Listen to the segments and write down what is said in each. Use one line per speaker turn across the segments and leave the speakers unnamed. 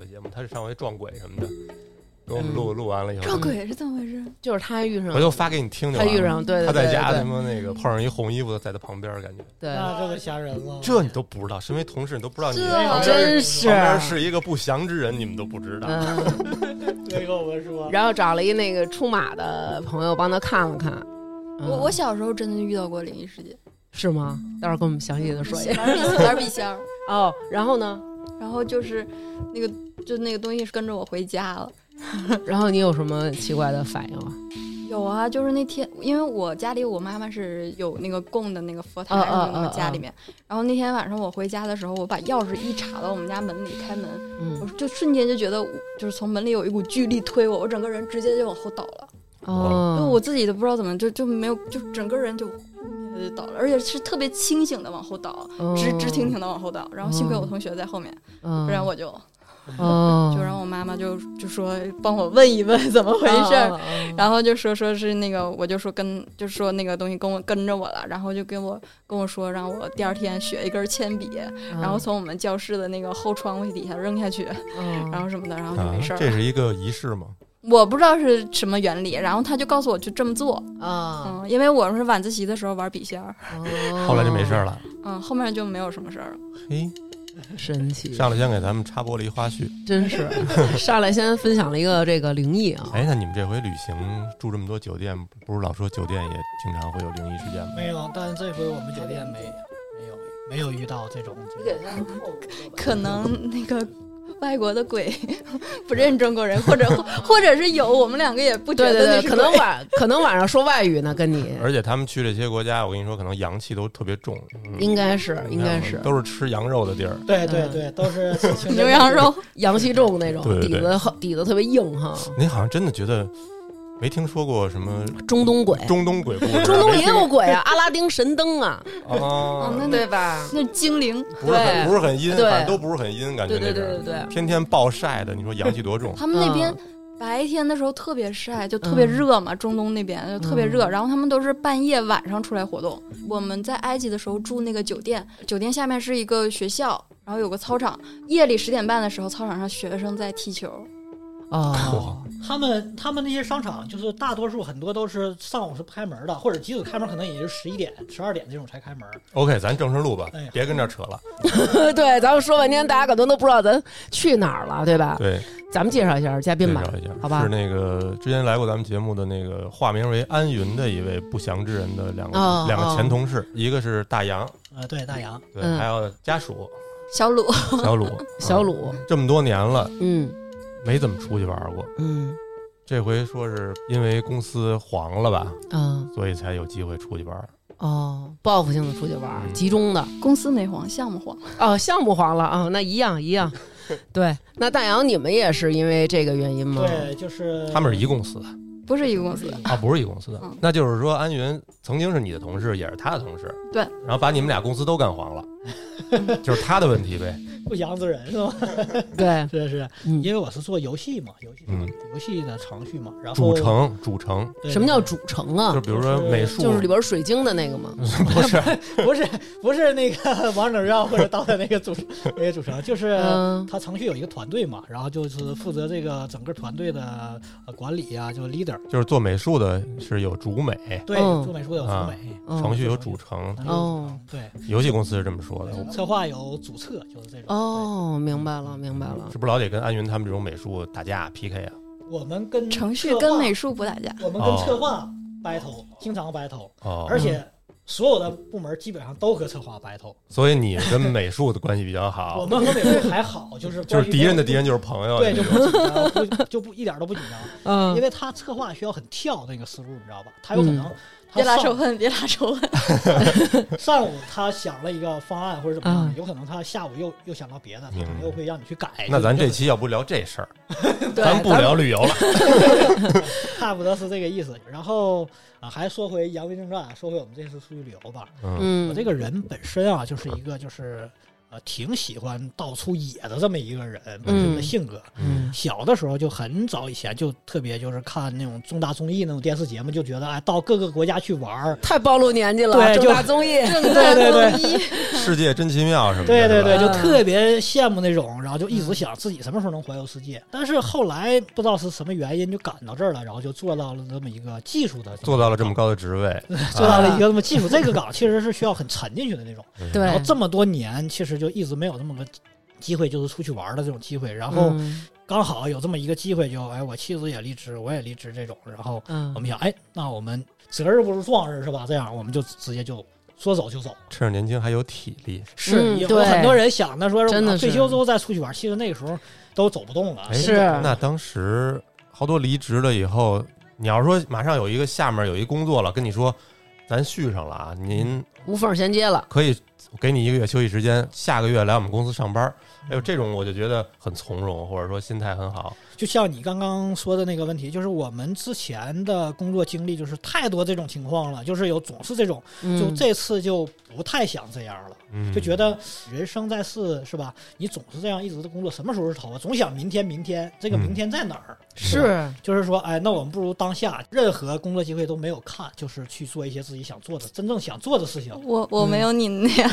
的节目，他是上回撞鬼什么的，给我们录录完了以后，
撞鬼是怎么回事？
就是他遇上
我，就发给你听就
他
完
遇
了。
上，对对
他
对
在家
对
他妈那个碰上一红衣服的在他旁边，感觉
对
嗯
那这个吓人了。
这你都不知道，身为同事你都不知道你
这
旁边
真是
旁边是一个不祥之人，你们都不知道。
嗯，
没跟我们说，
然后找了一那个出马的朋友帮他看了看，嗯
我我小时候真的遇到过灵异事件，
是吗？待会儿跟我们详细的说一下
玩笔玩笔仙，
哦。然后呢？
然后就是那个就那个东西是跟着我回家了。
然后你有什么奇怪的反应啊？
有啊，就是那天，因为我家里我妈妈是有那个供的那个佛台
啊
什么
啊
的，我
啊
们
啊
家里面。然后那天晚上我回家的时候，我把钥匙一插到我们家门里开门，我
嗯，
就瞬间就觉得我就是从门里有一股巨力推我，我整个人直接就往后倒了，因为
哦，
我自己都不知道怎么就就没有，就整个人就呃就倒了，而且是特别清醒的往后倒，直直挺挺的往后倒。然后幸亏我同学在后面，
哦嗯，
不
不
然我就
哦，
就让我妈妈就就说帮我问一问怎么回事儿。
哦，哦
然后就说说是那个，我就说跟就说那个东西跟我跟着我了，然后就跟我跟我说让我第二天学一根铅笔，
哦
然后从我们教室的那个后窗户底下扔下去，
嗯
然后什么的，然后就没事儿
啊
了。
这是一个仪式吗？
我不知道是什么原理，然后他就告诉我就这么做，
啊，
嗯，因为我是晚自习的时候玩笔仙儿，
哦
后来就没事儿，了。
嗯，后面就没有什么事儿了。
嘿，
嗯神奇，
上来先给咱们插播了一花絮。
真是上来先分享了一个这个灵异啊，
哎，那你们这回旅行住这么多酒店，不是老说酒店也经常会有灵异事件吗？
嗯
没有，但这回我们酒店没没有没有遇到这种。
可能那个外国的鬼不认中国人，或者或者是有，我们两个也不觉
对对
得
对，
那是
可能
鬼
晚可能晚上说外语呢，跟你
而且他们去这些国家，我跟你说，可能阳气都特别重。嗯
应该是
你
应
看
该
嘛
是
都是吃羊肉的地儿。
嗯
对对对，都是清
牛羊肉。
阳气重那种，
对对
底
对
子好底子特别硬哈，
你好像真的觉得没听说过什么
中东鬼，
中东鬼故事，
中东也
没
有鬼啊，阿拉丁神灯啊，
听哦
那
对吧？
那精灵，？
不是很
对
不是很阴，
对
反正都不是很阴，感觉
对
那
对
边
对对 对，
天天暴晒的，你说阳气多重
他们那边
嗯
白天的时候特别晒，就特别热嘛，中东那边就特别热。然后他们都是半夜晚上出来活动。我们在埃及的时候住那个酒店，酒店下面是一个学校，然后有个操场。夜里十点半的时候，操场上学生在踢球。
哦，
啊他们他们那些商场就是大多数很多都是上午是不开门的，或者即使开门可能也就十一点、十二点这种才开门。
OK，咱正式录吧
哎呀，
别跟这儿扯了。
对，咱们说半天，大家可能都不知道咱去哪儿了，对吧？
对，
咱们介绍一下嘉
介
宾吧，
绍一下，
好吧
是那个之前来过咱们节目的那个化名为安云的一位不祥之人的两个、
哦
两
哦
个前同事，一个是大洋，
呃，对，大洋，
对，
嗯
还有家属
小鲁，
小鲁，
小
啊、
鲁，
这么多年了
嗯
没怎么出去玩过，
嗯
这回说是因为公司黄了吧，
啊
所以才有机会出去玩。
哦，报复性的出去玩儿，
嗯
集中的
公司没黄，项目黄。
哦，项目黄了啊，那一样一 样。对，那大洋，你们也是因为这个原因吗？
对，就是
嗯他们是一公司的
不是一个公司，
啊，不是一公司的
嗯，
那就是说安云曾经是你的同事，也是他的同事，
对，
然后把你们俩公司都干黄了， 就是他的问题 呗。
不祥之人是吧？
对，
是是，
嗯，
因为我是做游戏嘛，游戏
嗯
游戏的程序嘛，然后
主城，主城，
对
什么叫主城啊
就？比如说
就是
美术，
就是里边水晶的那个吗？
不是，
不是不是那个 王者荣耀或者刀的那个主那个主城，就是
嗯
他程序有一个团队嘛，然后就是负责这个整个团队的呃管理啊，就是 leader。
就是做美术的是有主美，
对，
嗯
做美术有主
啊
美，
嗯
程序有主程，
哦
对，
游戏公司是这么说
嗯
的。
策划有主策，就是这种。
哦，明白
嗯
了，明白了
是。不是老得跟安云他们这种美术打架 PK 啊？
对我们跟
程序
策划
跟美，术不打架。
我们跟策划 battle，经常 battle，
哦，
而且所有的部门基本上都和策划 battle。
所以你跟美术的关系比较
我
好，
们和美术还好，就是
哦 就
关
是
于
敌人的敌人就是朋友。
对，
你
就不紧张，不就不一点都不紧张，
嗯
因，为他策划需要很跳那个思路，你知道吧？他有可能他
别拉仇
上
恨，别拉仇 恨。
上午他想了一个方案或者怎么
嗯
样的，有可能他下午又又想到别的，他可
明
能
白
又会让你去改。
嗯那咱
就
这
是
期要不聊这事儿，
对，
咱不聊旅游了。
差不多是这个意思。然后啊，还说回言归正传，说回我们这次出去旅游吧。
嗯，
嗯，
我这个人本身啊，就是一个就是呃挺喜欢到处野的这么一个人，本
嗯
身的性格。
嗯
小的时候就很早以前就特别就是看那种重大综艺那种电视节目，就觉得哎到各个国家去玩儿，
太暴露年纪了，
对
重
就
大综艺，
正大
对对
光一，
世界真奇妙什么的，
对对对，
是吧
就特别羡慕那种，然后就一直想自己什么时候能环游世界。但是后来不知道是什么原因就赶到这儿了，然后就做到了这么一个技术的，
做到了这么高的职位，
做到了一个这么技术。这个岗其实是需要很沉进去的那种。
嗯
对
然后这么多年，其实就一直没有这么个机会，就是出去玩的这种机会。 然后
嗯
刚好有这么一个机会就，哎，我妻子也离职，我也离职这种。然后
嗯
我们想，哎，那我们择日不如撞日是吧？这样我们就直接就说走就走。
趁着年轻还有体力，
是、
嗯
有
对
很多人想的说，
真的
我退
是
休之后再出去玩，其实那个时候都走不动了。
哎
是
那当时好多离职了以后，你要是说马上有一个下面有一工作了，跟你说咱续上了啊，您
无缝衔接了，
可以给你一个月休息时间，下个月来我们公司上班儿。哎
嗯
呦，这种我就觉得很从容，或者说心态很好。
就像你刚刚说的那个问题，就是我们之前的工作经历，就是太多这种情况了，就是有总是这种，就
嗯
这次就不太想这样了。
嗯，
就觉得人生在世是吧？你总是这样一直的工作，什么时候是头啊？总想明天，明天这个
嗯
明天在哪儿？
是
就是说，哎，那我们不如当下，任何工作机会都没有看，就是去做一些自己想做的、真正想做的事情。
我我没有你那 样，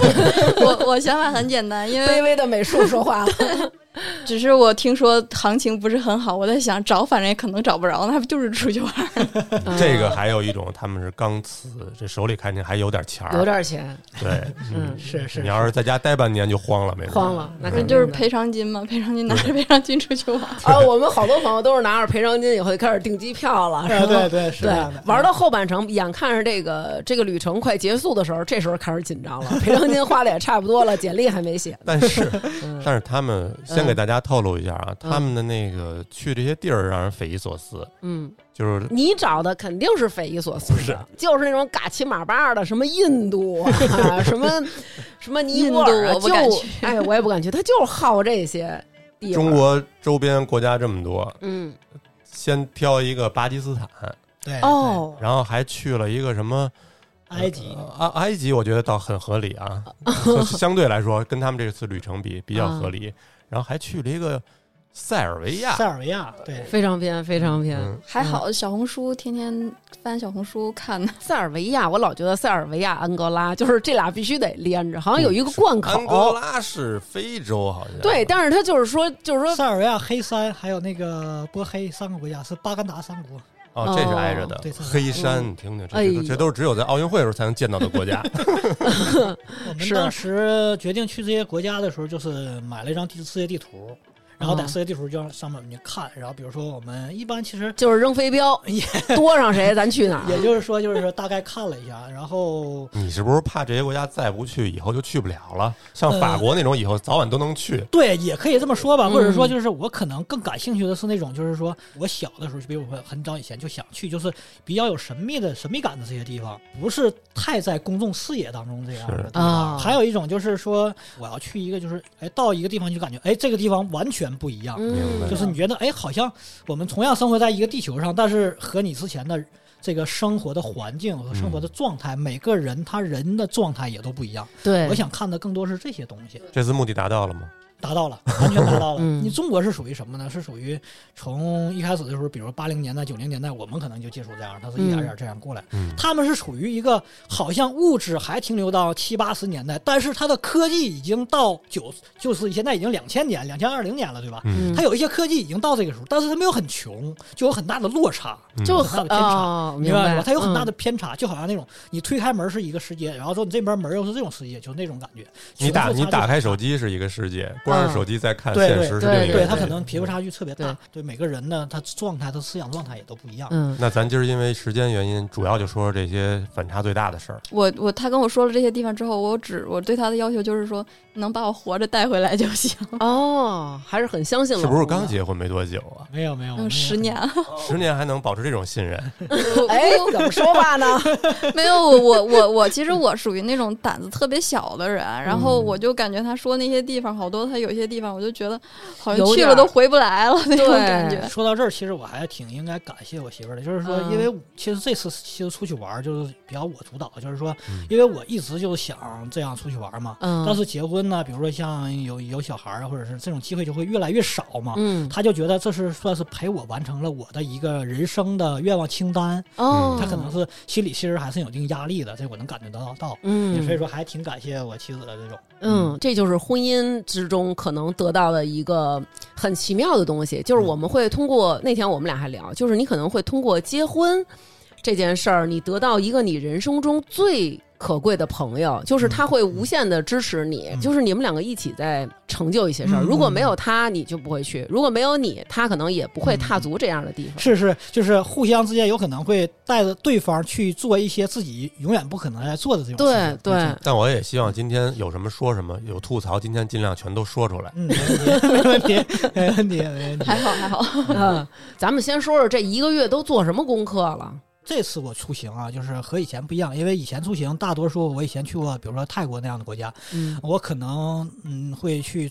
我我想法很简单，因
卑
为
微的美术说 话了，
只是我听说行情不是很好，我在想找，反正也可能找不着，那不就是出去玩儿？
嗯这个还有一种，他们是刚辞，这手里看见还有点钱
有
儿。
点钱，
对，
嗯，
是是
你，要是在家待半年就慌了，没准儿
慌
嗯
了，那肯定
就是
的
赔偿金嘛，赔偿金拿着赔偿金出去玩儿。
啊，我们好多朋友都是拿着赔偿金以后就开始订机票了，然
哎
后
对对是这
对
样的，，
玩到后半程，眼看着这个这个旅程快结束的时候，这时候开始紧张了，赔偿金花的也差不多了，简历还没写，
但是，
嗯
但是他们先给大家透露一下啊，他们的那个去这些地儿让人匪夷所思，
嗯，
就是
你找的肯定是匪夷所思
不是
的，就是那种嘎七马八的，什么印度啊，什么什么尼泊尔啊，
印度我不敢
就
去
哎，我也不敢去，他就是好这些地方。
中，国周边国家这么多，
嗯，
先挑一个巴基斯坦，
对，
哦，
哎然后还去了一个什么
对埃及
呃埃、埃及，我觉得倒很合理啊，相对来说跟他们这次旅程比比较合理。然后还去了一个塞尔维亚
塞，尔维亚，对，
非常偏，非常偏。
嗯，
还好小红书天天翻小红书看呢，
塞尔维亚，我老觉得塞尔维亚、安哥拉，就是这俩必须得连着，好像有一个贯口。
安哥拉是非洲好像
对，但是他就是说，就是说
塞尔维亚、黑山还有那个波黑三个国家是巴干达三国，
哦，这是挨着的、
哦对这是
黑山，你听听，这
哎
这
呦
都这都是只有在奥运会的时候才能见到的国家。
我们
是
当时决定去这些国家的时候，就是买了一张地世界地图，然后
啊
在世界地图就上面你看，然后比如说我们一般其实
就是扔 飞镖，多上谁咱去哪儿。
也就是说就是说大概看了一下，然后
你是不是怕这些国家再不去，以后就去不了了？像法国那种，以后早晚都能去。
对，也可以这么说吧，或者说
嗯
就是我可能更感兴趣的是那种，就是说我小的时候，就比如我很早以前就想去，就是比较有神秘的神秘感的这些地方，不是太在公众视野当中这样的地方。
啊
还有一种就是说，我要去一个就是哎到一个地方就感觉哎这个地方完全不一样，
嗯
明白
就是你觉得哎好像我们同样生活在一个地球上，但是和你之前的。这个生活的环境和生活的状态，每个人他人的状态也都不一样。
对
我想看的更多是这些东西。
这次目的达到了吗？
达到了，完全达到了。
嗯
你中国是属于什么呢？是属于从一开始的时候，比如八零年代、九零年代，我们可能就接触这样，他是一点
嗯
点这样过来。
嗯，
他们是处于一个好像物质还停留到七八十年代，但是它的科技已经到九，就是现在已经两千年、两千二零年了，对吧？
嗯
它有一些科技已经到这个时候，但是它没有很穷，就有很大的落差。
嗯
就
很大的偏差
哦，
明
明
白
白
吧？它有很大
嗯
的偏差，就好像那种你推开门是一个世界，然后说你这边门又是这种世界，就那种感觉。
你打
全部
你
差距
打
很
开
大
手机是一个世界，关上手机再看
对
现实是
对
另一个
对
世
他
界
可。能贫富差距特别大，对每个人呢，他状态、他思想状态也都不一样。
嗯，
那咱今儿因为时间原因，主要就说说这些反差最大的事儿。
我我他跟我说了这些地方之后，我只我对他的要求就是说，能把我活着带回来就行。
哦，还是很相信老
是
公的
不是刚？结婚没多久啊？
没有没有，没有
嗯，十年，了，
十年还能保持这种信任？
哎，怎么说话呢？
没有我我
嗯
我我，其实我属于那种胆子特别小的人，然后我就感觉他说那些地方好多他的有些地方，我就觉得好像
有
去
点
了都
儿
回不来了那种
对
感觉。
说到这儿，其实我还挺应该感谢我媳妇儿的，就是说，
嗯
因为其实这次其实出去玩儿就是比较我主导，就是说
嗯，
因为我一直就想这样出去玩儿嘛。
嗯，
但是结婚呢，比如说像有有小孩儿啊，或者是这种机会就会越来越少嘛。
嗯
他就觉得这是算是陪我完成了我的一个人生的愿望清单，
哦，
他可能是心里其实还是有一定压力的，这我能感觉得到到。
嗯，
所以说还挺感谢我妻子的这种。
嗯，这就是婚姻之中可能得到的一个很奇妙的东西，就是我们会通过那天我们俩还聊，就是你可能会通过结婚这件事儿，你得到一个你人生中最可贵的朋友，就是他会无限的支持你，
嗯
就是你们两个一起在成就一些事儿。
嗯
如果没有他，你就不会去；如果没有你，他可能也不会踏足这样的地方。
是是，就是互相之间有可能会带着对方去做一些自己永远不可能来做的这种
对
事情。
对，
但我也希望今天有什么说什么，有吐槽今天尽量全都说出来。
嗯，没问题，没问题，没问题，没问题。
还好 还好，
嗯，咱们先说说这一个月都做什么功课了。
这次我出行啊，就是和以前不一样，因为以前出行大多数我以前去过，比如说泰国那样的国家，
嗯
我可能嗯会去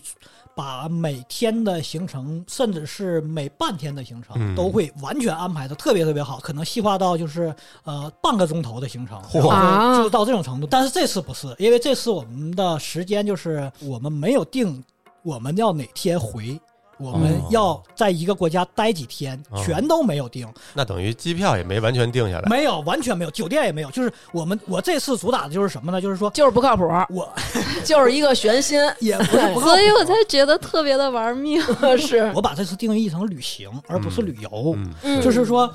把每天的行程，甚至是每半天的行程
嗯
都会完全安排的特别特别好，可能细化到就是呃半个钟头的行程，
嚯
啊
就是到这种程度。但是这次不是，因为这次我们的时间就是我们没有定我们要哪天回。我们
哦
要在一个国家待几天，
哦
全都没有定，
那等于机票也没完全定下来。
没有，完全没有，酒店也没有。就是我们，我这次主打的就是什么呢？就是说
就是不靠谱，
我
就是一个悬心，
也不 是不靠谱
所以我才觉得特别的玩命。
是，
我把这次定义成旅行，而不是旅游。
嗯，
嗯
就是说，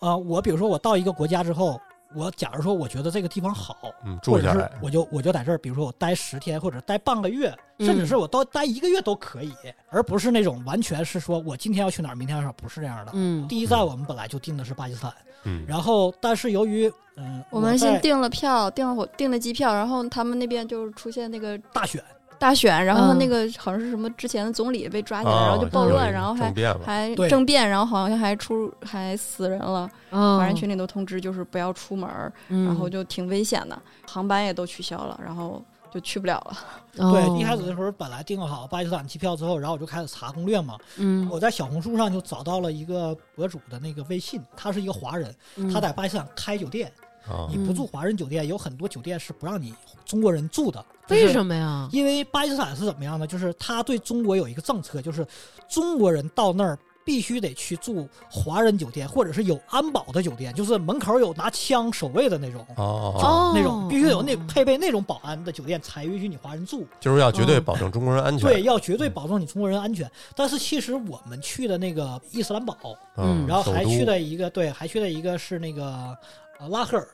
呃，我比如说我到一个国家之后，我假如说我觉得这个地方好，
嗯，
或
住
者
下
是
来，
我就我就在这儿，比如说我待十天或者待半个月，
嗯
甚至是我都待一个月都可以，而不是那种完全是说我今天要去哪儿，明天要去哪儿，不是这样的。
嗯
第一站我们本来就定的是巴基斯坦，
嗯，
然后但是由于嗯，
我们先
哎
在
订了票，订了火，订了机票，然后他们那边就是出现那个
大选，
大选，然后
嗯
那个好像是什么之前的总理被抓起来，
哦
然后就暴
有
乱，
一
然后还
政变了，
还
对
政变，然后好像还出还死人了，
嗯
啊
华人群里都通知就是不要出门儿，
嗯
然后就挺危险的，航班也都取消了，然后就去不了 了。
哦
对，一开始的时候本来订好巴基斯坦机票之后，然后我就开始查攻略嘛，
嗯，
我在小红书上就找到了一个博主的那个微信，他是一个华人，他
嗯
在巴基斯坦开酒店，
啊
你不住华人酒店，有很多酒店是不让你中国人住的。
为什么呀？
因为巴基斯坦是怎么样呢？就是他对中国有一个政策，就是中国人到那儿必须得去住华人酒店，或者是有安保的酒店，就是门口有拿枪守卫的那种。
哦，
那种必须有那
哦嗯
配备那种保安的酒店才允许你华人住，
就是要绝对保证中国人安全。
对，要绝对保证你中国人安全。但是其实我们去的那个伊斯兰堡，
嗯，
嗯
然后还
首都
去了一个，对，还去了一个是那个呃拉赫尔，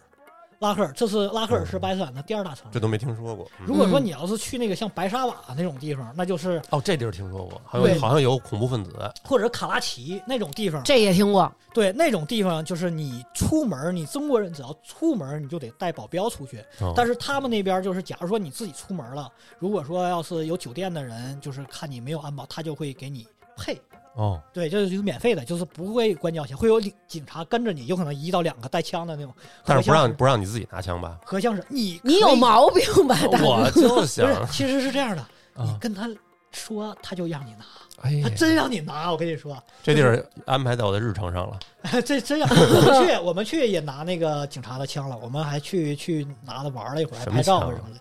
拉赫尔，这是拉赫尔是巴基斯坦的第二大城
哦这
市。
都没听说过。嗯
如果说你要是去那个像白沙瓦那种地方，那就是
哦，这地儿听说过，好
对
像好像有恐怖分子。
或者卡拉奇那种地方，
这也听过，
对，那种地方就是你出门，你中国人只要出门你就得带保镖出去。
哦
但是他们那边就是，假如说你自己出门了，如果说要是有酒店的人，就是看你没有安保，他就会给你配。
哦，
对，这就是免费的，就是不会关交钱，会有警警察跟着你，有可能一到两个带枪的那种。
但是不
和
让
像
不让你自己拿枪 吧？
和像是你可以
你有毛病吧？大哥
我就
不
想
是，其实是这样的，你啊
啊，
跟他说，他就让你拿，
哎
他
呀，
真让你拿，我跟你说，哎
这地儿安排在我的日程上了。
这 真让我们去，我们去也拿那个警察的枪了，我们还去去拿着玩了一会儿，还
什
拍
么
照
枪哦
什么的。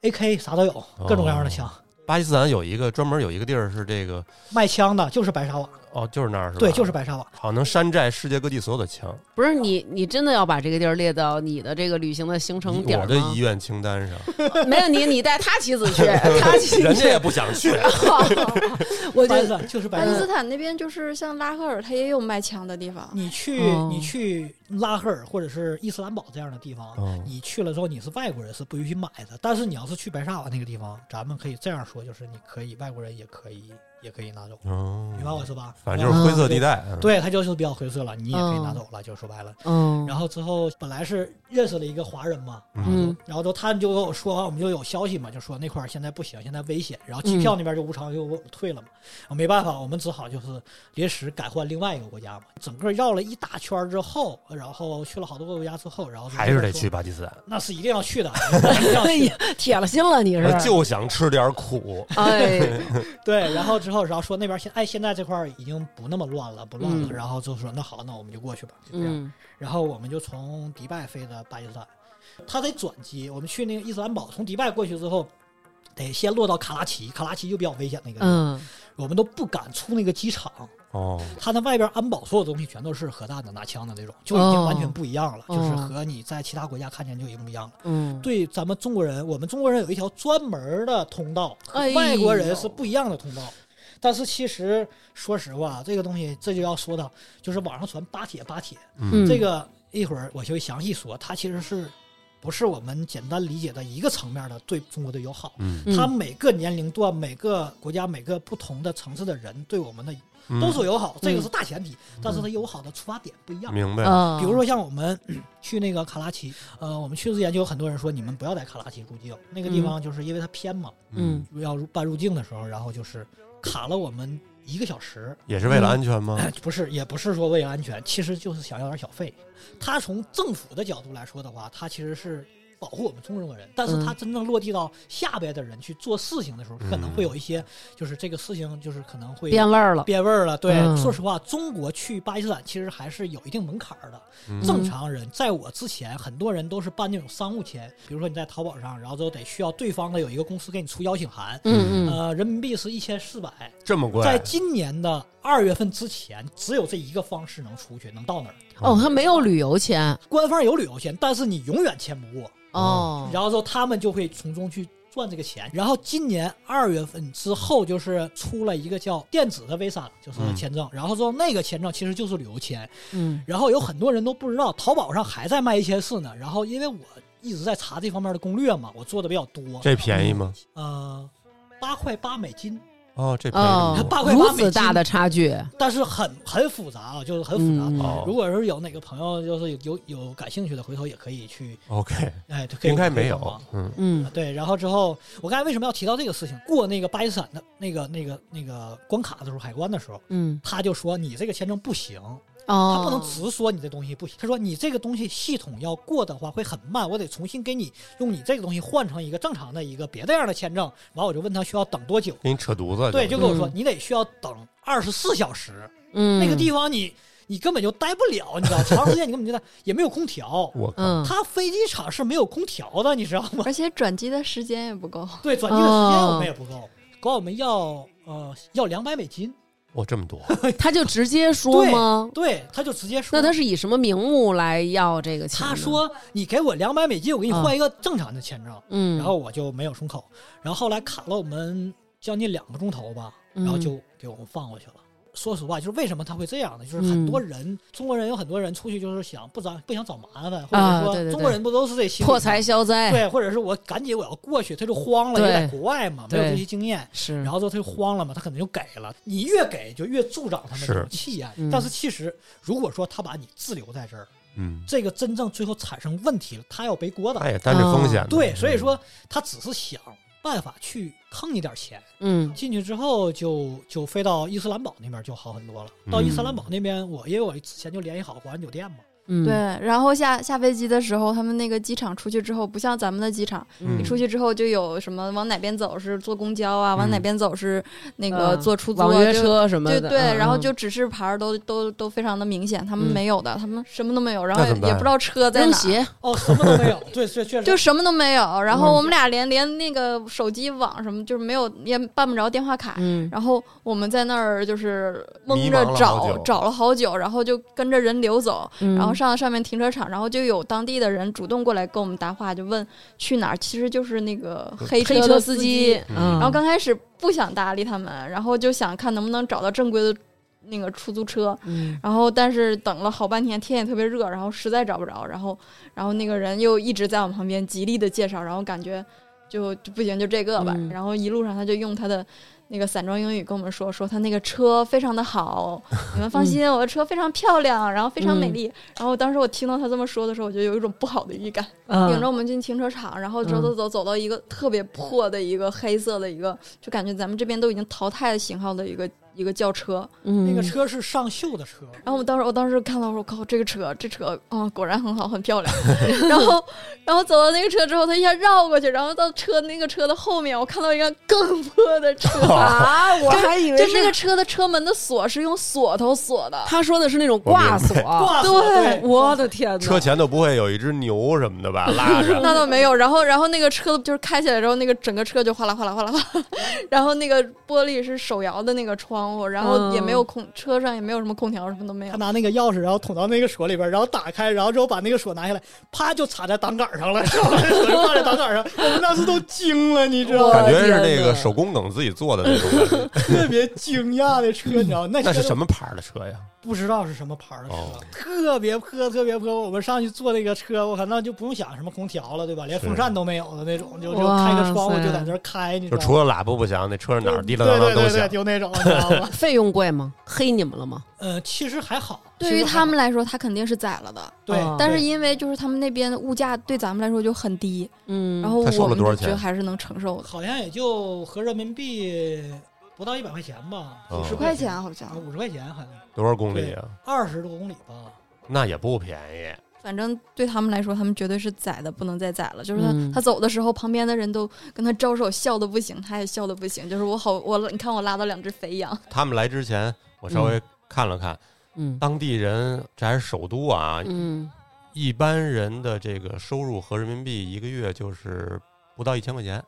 A K 啥都有，各种各样的枪，
巴基斯坦有一个专门有一个地儿是这个，
卖枪的就是白沙瓦，
哦，就是那儿是吧？
对，就是白沙瓦。
好能山寨世界各地所有的枪。
不是你，你真的要把这个地儿列到你的这个旅行的行程点
我
儿
的
吗
遗？愿清单 上，
没有你，你带他妻子 去，他妻子
人家也不想去。啊
我
白
就
色就是白
巴基斯
色。
坦那边就是像拉赫尔，它也有卖枪的地方。
你去
哦
你去拉赫尔或者是伊斯兰堡这样的地方，
哦
你去了之后你是外国人是不允许买的，但是你要是去白沙瓦那个地方，咱们可以这样说，就是你可以外国人也可以也可以拿走，
哦
明白我是吧？
反正就是灰色地带，嗯，
对，它就是比较灰色了，你也可以拿走了，就说白了。
嗯，
然后之后本来是认识了一个华人嘛，
嗯
然后之后他们就跟我说完，我们就有消息嘛，就说那块儿现在不行，现在危险。然后机票那边就无偿就给我们退了嘛，啊没办法，我们只好就是临时改换另外一个国家嘛。整个绕了一大圈儿之后，然后去了好多个国家之后，然后
还是得去
吧，
巴基斯坦，
那是一定要 去的，一定要去的。
哎铁了心了，你
我
是？
呃啊就想吃点苦，
哎，
对，然后之后，然后说那边现哎现在这块儿已经不那么乱了，不乱了。
嗯
然后就说那好，那我们就过去吧，就这样。
嗯
然后我们就从迪拜飞的巴基斯坦，他得转机，我们去那个伊斯兰堡，从迪拜过去之后。得先落到卡拉奇，卡拉奇就比较危险那个地方，
嗯，
我们都不敢出那个机场，
哦，
他那外边安保所有东西全都是核弹的、拿枪的那种，就已经完全不一样了，
哦
就是和你在其他国家看见就已经不一样了。
嗯，
对咱们中国人，我们中国人有一条专门的通道，和
哎呦
外国人是不一样的通道。但是其实说实话，这个东西这就要说到，就是网上传巴铁巴铁，
嗯
这个一会儿我就会详细说，它其实是不是我们简单理解的一个层面的对中国的友好？
嗯
嗯
它每个年龄段、每个国家、每个不同的城市的人对我们的
嗯，
都是友好，这个
嗯
是大前提，但是它友好的出发点不一样。嗯
明白，嗯
啊，
比如说像我们 嗯去那个卡拉奇，呃，我们去之前就有很多人说你们不要在卡拉奇入境，那个地方就是因为它偏嘛，
嗯，
要入办入境的时候，然后就是卡了我们一个小时，
也是为了安全吗？
不是，也不是说为了安全，其实就是想要点小费。他从政府的角度来说的话，他其实是保护我们中国人，但是他真正落地到下边的人去做事情的时候，
嗯
可能会有一些，就是这个事情就是可能会
变味儿了，
变味儿了。对，
嗯
说实话，中国去巴基斯坦其实还是有一定门槛儿的。
嗯
正常人在我之前，很多人都是办那种商务签，比如说你在淘宝上，然后之后得需要对方的有一个公司给你出邀请函，
嗯嗯，
呃，人民币是一千四百，
这么贵，
在今年的二月份之前，只有这一个方式能出去，能到那儿。
哦，他没有旅游钱
官方有旅游签，但是你永远签不过。
嗯
哦，
然后之后他们就会从中去赚这个钱。然后今年二月份之后，就是出了一个叫电子的 Visa，就是
嗯
签证。然后之后那个签证其实就是旅游签。
嗯
然后有很多人都不知道，淘宝上还在卖一千四呢。然后因为我一直在查这方面的攻略嘛，我做的比较多。
这便宜吗？
呃，八块八美金，
哦，这便宜
哦
这么，
八块
如
八美
此
金
大的差距，
但是很很复杂啊，就是很复杂。
嗯，
哦
如果是有哪个朋友就是有有有感兴趣的，回头也可以去，
贵，OK，
哎，就可以
应该
可以
没
帮
有
忙，
嗯
嗯
对，然后之后，我刚才为什么要提到这个事情？过那个巴基斯坦的那个、那个、那个关卡的时候，海关的时候，
嗯，
他就说你这个签证不行，
哦，
他不能直说你这东西不行。他说你这个东西系统要过的话会很慢，我得重新给你用你这个东西换成一个正常的一个别的样的签证。完，我就问他需要等多久？
给你扯犊子，
对，就
就
跟我说
嗯
你得需要等二十四小时。
嗯，
那个地方你你根本就待不了，你知道，长时间你根本就待，也没有空调。
我靠，
嗯，
它飞机场是没有空调的，你知道吗？
而且转机的时间也不够。
对，转机的时
哦
间我们也不够，管我们要呃要两百美金。
哇，这么 多，
他就直接说吗？
对，他就直接说，
那他是以什么名目来要这个钱呢？
他说你给我两百美金，我给你换一个正常的签证，
嗯，
然后我就没有松口，然后后来卡了我们将近两个钟头吧，
嗯
然后就给我们放过去了。说实话，就是为什么他会这样呢？就是很
嗯
多人，中国人有很多人出去就是想不找不想找麻烦，或者
啊
说、
对对对
中国人不都是这心理
破
吗
财消灾，
对，或者是我赶紧我要过去，他就慌了，
对
因为在国外嘛，没有
对
这些经验，
是，
然后之后他就慌了嘛，他可能就给了。你越给就越助长他们这种
是
气焰。
嗯
但是其实，如果说他把你滞留在这儿，
嗯，
这个真正最后产生问题了，他要背锅
哎那
的。
也担着风险呢，
嗯
嗯
对，所以说他只是想办法去坑你点钱。
嗯
进去之后就就飞到伊斯兰堡那边就好很多了。
嗯
到伊斯兰堡那边，我因为我之前就联系好华人酒店嘛，
嗯，
对，然后下下飞机的时候，他们那个机场出去之后，不像咱们的机场，
嗯
你出去之后就有什么往哪边走是坐公交啊，往哪
嗯
边走是那
那
个坐出租、
嗯
啊，
网约
就。
车什么
对
的，
对，
嗯
然后就指示牌儿都都都非常的明显，他们
嗯
没有的，他们什么都没有，然后
那
也
怎么办
也不知道车在
啊扔
哪儿，
鞋，
哦，什么都没有。对，确确实
就什么都没有。然后
嗯
我们俩连连那个手机网什么就是没有，也办不着电话卡，
嗯
然后我们在那儿就是蒙
迷
着
茫了好
找，
久
找了好久，然后就跟着人流走，
嗯，
然后上到上面停车场，然后就有当地的人主动过来跟我们搭话，就问去哪儿，其实就是那个
黑
黑车
车
的
司
机。
机，
嗯。
嗯
然后刚开始不想搭理他们，然后就想看能不能找到正规的那个出租车。
嗯
然后，但是等了好半天，天也特别热，然后实在找不着，然后，然后那个人又一直在我们旁边极力的介绍，然后感觉就就不行，就这个吧。
嗯
然后一路上他就用他的那个散装英语跟我们说，说他那个车非常的好，你
嗯
们放心，我的车非常漂亮，然后非常美丽。然后当时我听到他这么说的时候，我就有一种不好的预感。
嗯
领着我们进停车场，然后走走走走到一个特别破的一个黑色的一个，就感觉咱们这边都已经淘汰的型号的一个一个轿车。
那
那个车是上锈的车，
然后我当时我当时看到我说靠，这个车这车嗯果然很好，很漂亮。 然后然后走到那个车之后，他一下绕过去，然后到车那个车的后面，我看到一个更破的车
啊，我还以
就那个车的车门的锁是用锁头锁的，
他说的是那种挂锁，
挂锁
对，
对
我的天哪，
车前头不会有一只牛什么的吧？拉 着，
那倒没有。然后，然后那个车就是开起来之后，那个整个车就哗啦哗啦哗啦哗啦， 然后那个玻璃是手摇的那个窗户，然后也没有空，车上也没有什么空调，什么都没有
他。拿那个钥匙，然后捅到那个锁里边，然后打开，然后之后把那个锁拿下来，啪就插在挡杆上了， 上来锁就挂在挡杆上，我们当时都惊了，你知道吗？
感觉是那
天哪
个手工梗自己做的那种感 觉。
特别惊讶的车，你知道吗？那
那是
车
什么牌儿的车 呀？
不知道是什么牌儿的车，
哦
特别破，特别破。我们上去坐那个车，我靠，那就不用想什么空调了，对吧？连
是
风扇都没有的那种，就就
哇
开个窗户
塞？
就在那儿开，你知
就
道
除
吗？
了喇叭不响，那车哪儿滴
对
啦当
对
啷都
对
响
对，。就那种，你知道 吗
费用贵吗？黑你们了吗？
呃，其实还好，
对于他们来说，他肯定是宰了的。
对
哦，
但是因为就是他们那边的物价对咱们来说就很低，
嗯，
然后
他收
我
了
们
多少
就
钱
觉得还是能承受的，
好像也就合人民币不到一百块钱吧，
哦
五十
十块钱好像
啊，，五十块钱好像
多少公里啊？
二十多公里吧。
那也不便宜。
反正对他们来说，他们绝对是宰的不能再宰了。就是他、
嗯
他走的时候，旁边的人都跟他招手，笑的不行，他也笑的不行。就是我好我你看我拉到两只肥羊，
他们来之前，我稍微看了看
嗯
当地人，这还是首都啊，
嗯，
一般人的这个收入合人民币一个月就是不到一千块钱，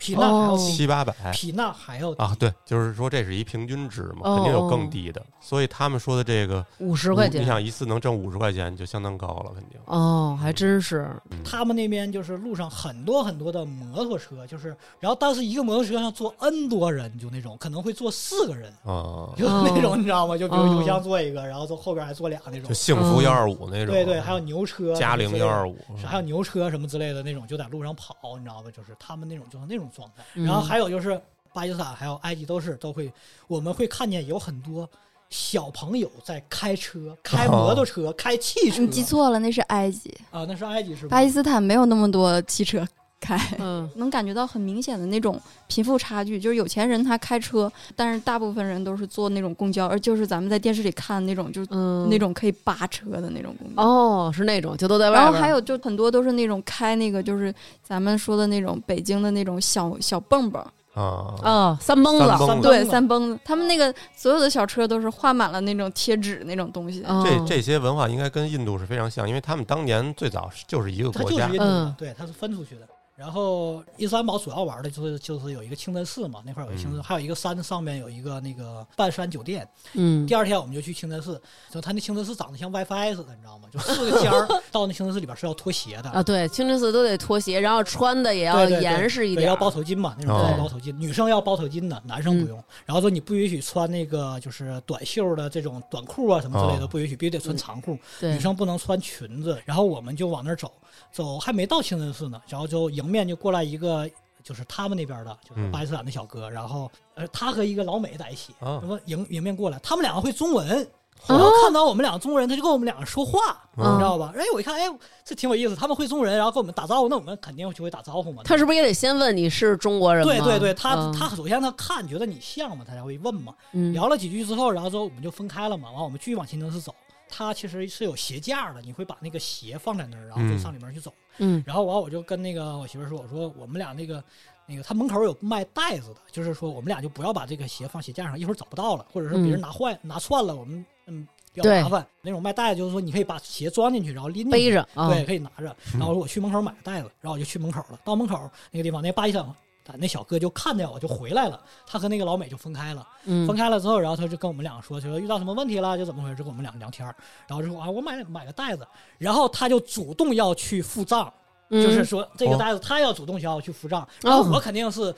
比那还要
哦
低，
七八百
比那还要低
啊。对，就是说这是一平均值嘛，
哦
肯定有更低的。所以他们说的这个
五十块
你
钱
想一次能挣五十块钱，就相当高了，肯定。
哦，还真是
嗯
他们那边就是路上很多很多的摩托车，就是然后但是一个摩托车上坐 N 多人，就那种可能会坐四个人，
啊，
就
哦
那种你知道吗？就比如
哦
油箱坐一个，然后坐后边还坐俩那种
就。幸福
嗯
幺二五那种，
对对，还有牛车、
嘉陵幺二
五，
五，
还有牛车什么之类的那种，就在路上跑，你知道吧？就是他们那种就是那种状态。
嗯
然后还有就是巴基斯坦还有埃及都是都会，我们会看见有很多小朋友在开车、开
哦
摩托车、开汽车。
你记错了，那是埃及，
啊？那是埃及是吧？
嗯巴基斯坦没有那么多汽车开。
嗯
能感觉到很明显的那种贫富差距，就是有钱人他开车，但是大部分人都是坐那种公交，而就是咱们在电视里看的那种，就是
嗯
那种可以扒车的那种公交。
哦，是那种就都在外
然
边
后
儿，
还有就很多都是那种开那个就是咱们说的那种北京的那种小小蹦蹦，
啊，
啊三蹦
三
子，
蹦子，
对，
蹦
三蹦子，他们那个所有的小车都是画满了那种贴纸那种东西。
嗯
哦
这这些文化应该跟印度是非常像，因为他们当年最早是就是一个
它
国
就是
家
印，度的
嗯，
对，它是分出去的。然后伊斯兰堡主要玩的就是就是有一个清真寺嘛，那块儿有一个清真寺，
嗯
还有一个山上面有一个那个半山酒店。
嗯
第二天我们就去清真寺，就它那清真寺长得像 WiFi 似的，你知道吗？就四个 尖儿，到那清真寺里边是要脱鞋
嗯
的，
啊，对，清真寺都得脱鞋，然后穿的也要
对对对
严实一
对，
点
要
儿，
包头巾嘛，那种
哦
要包头巾，女生要包头巾的，男生不用。然后说
嗯
你不允许穿那个就是短袖的这种短裤啊什么之类的，
哦
不允许，必须得穿长裤。
对
女，生不能穿裙子。然后我们就往那儿走，走还没到清真寺呢，然后就迎面就过来一个。就是他们那边的，就是
嗯
巴基斯坦的小哥，然后呃，他和一个老美在一起，
啊
什么迎迎面过来，他们两个会中文，
哦
然后看到我们两个中国人，他就跟我们两个说话，
嗯
你知道吧？哎，我一看，哎，这挺有意思，他们会中文，然后跟我们打招呼，那我们肯定就会打招呼嘛。
他是不是也得先问你是中国人吗？
对对对，他、
嗯
他首先他看觉得你像嘛，他才会问嘛。
嗯
聊了几句之后，然后之后我们就分开了嘛，完我们继续往清真寺走。他其实是有鞋架的，你会把那个鞋放在那儿，然后再
嗯
上里面去走。
嗯
然后完我就跟那个我媳妇儿说，我说我们俩那个那个他门口有卖袋子的，就是说我们俩就不要把这个鞋放鞋架上，一会儿找不到了，或者是别人拿坏、拿串了，我们嗯比较
嗯对
麻烦。那种卖袋子就是说你可以把鞋装进去，然后拎进去
背着啊，
对，可以拿着。然后我去门口买个袋子，然后我就去门口了。到门口那个地方，那巴基斯坦那小哥就看见我就回来了，他和那个老美就分开了。分
嗯
开了之后，然后他就跟我们两个说，就说遇到什么问题了，就怎么回事，就跟我们俩聊天儿。然后就说啊，我买买个袋子，然后他就主动要去付账，就是
嗯
说这个
哦
袋子他要主动要去付账，
哦
然后我肯定是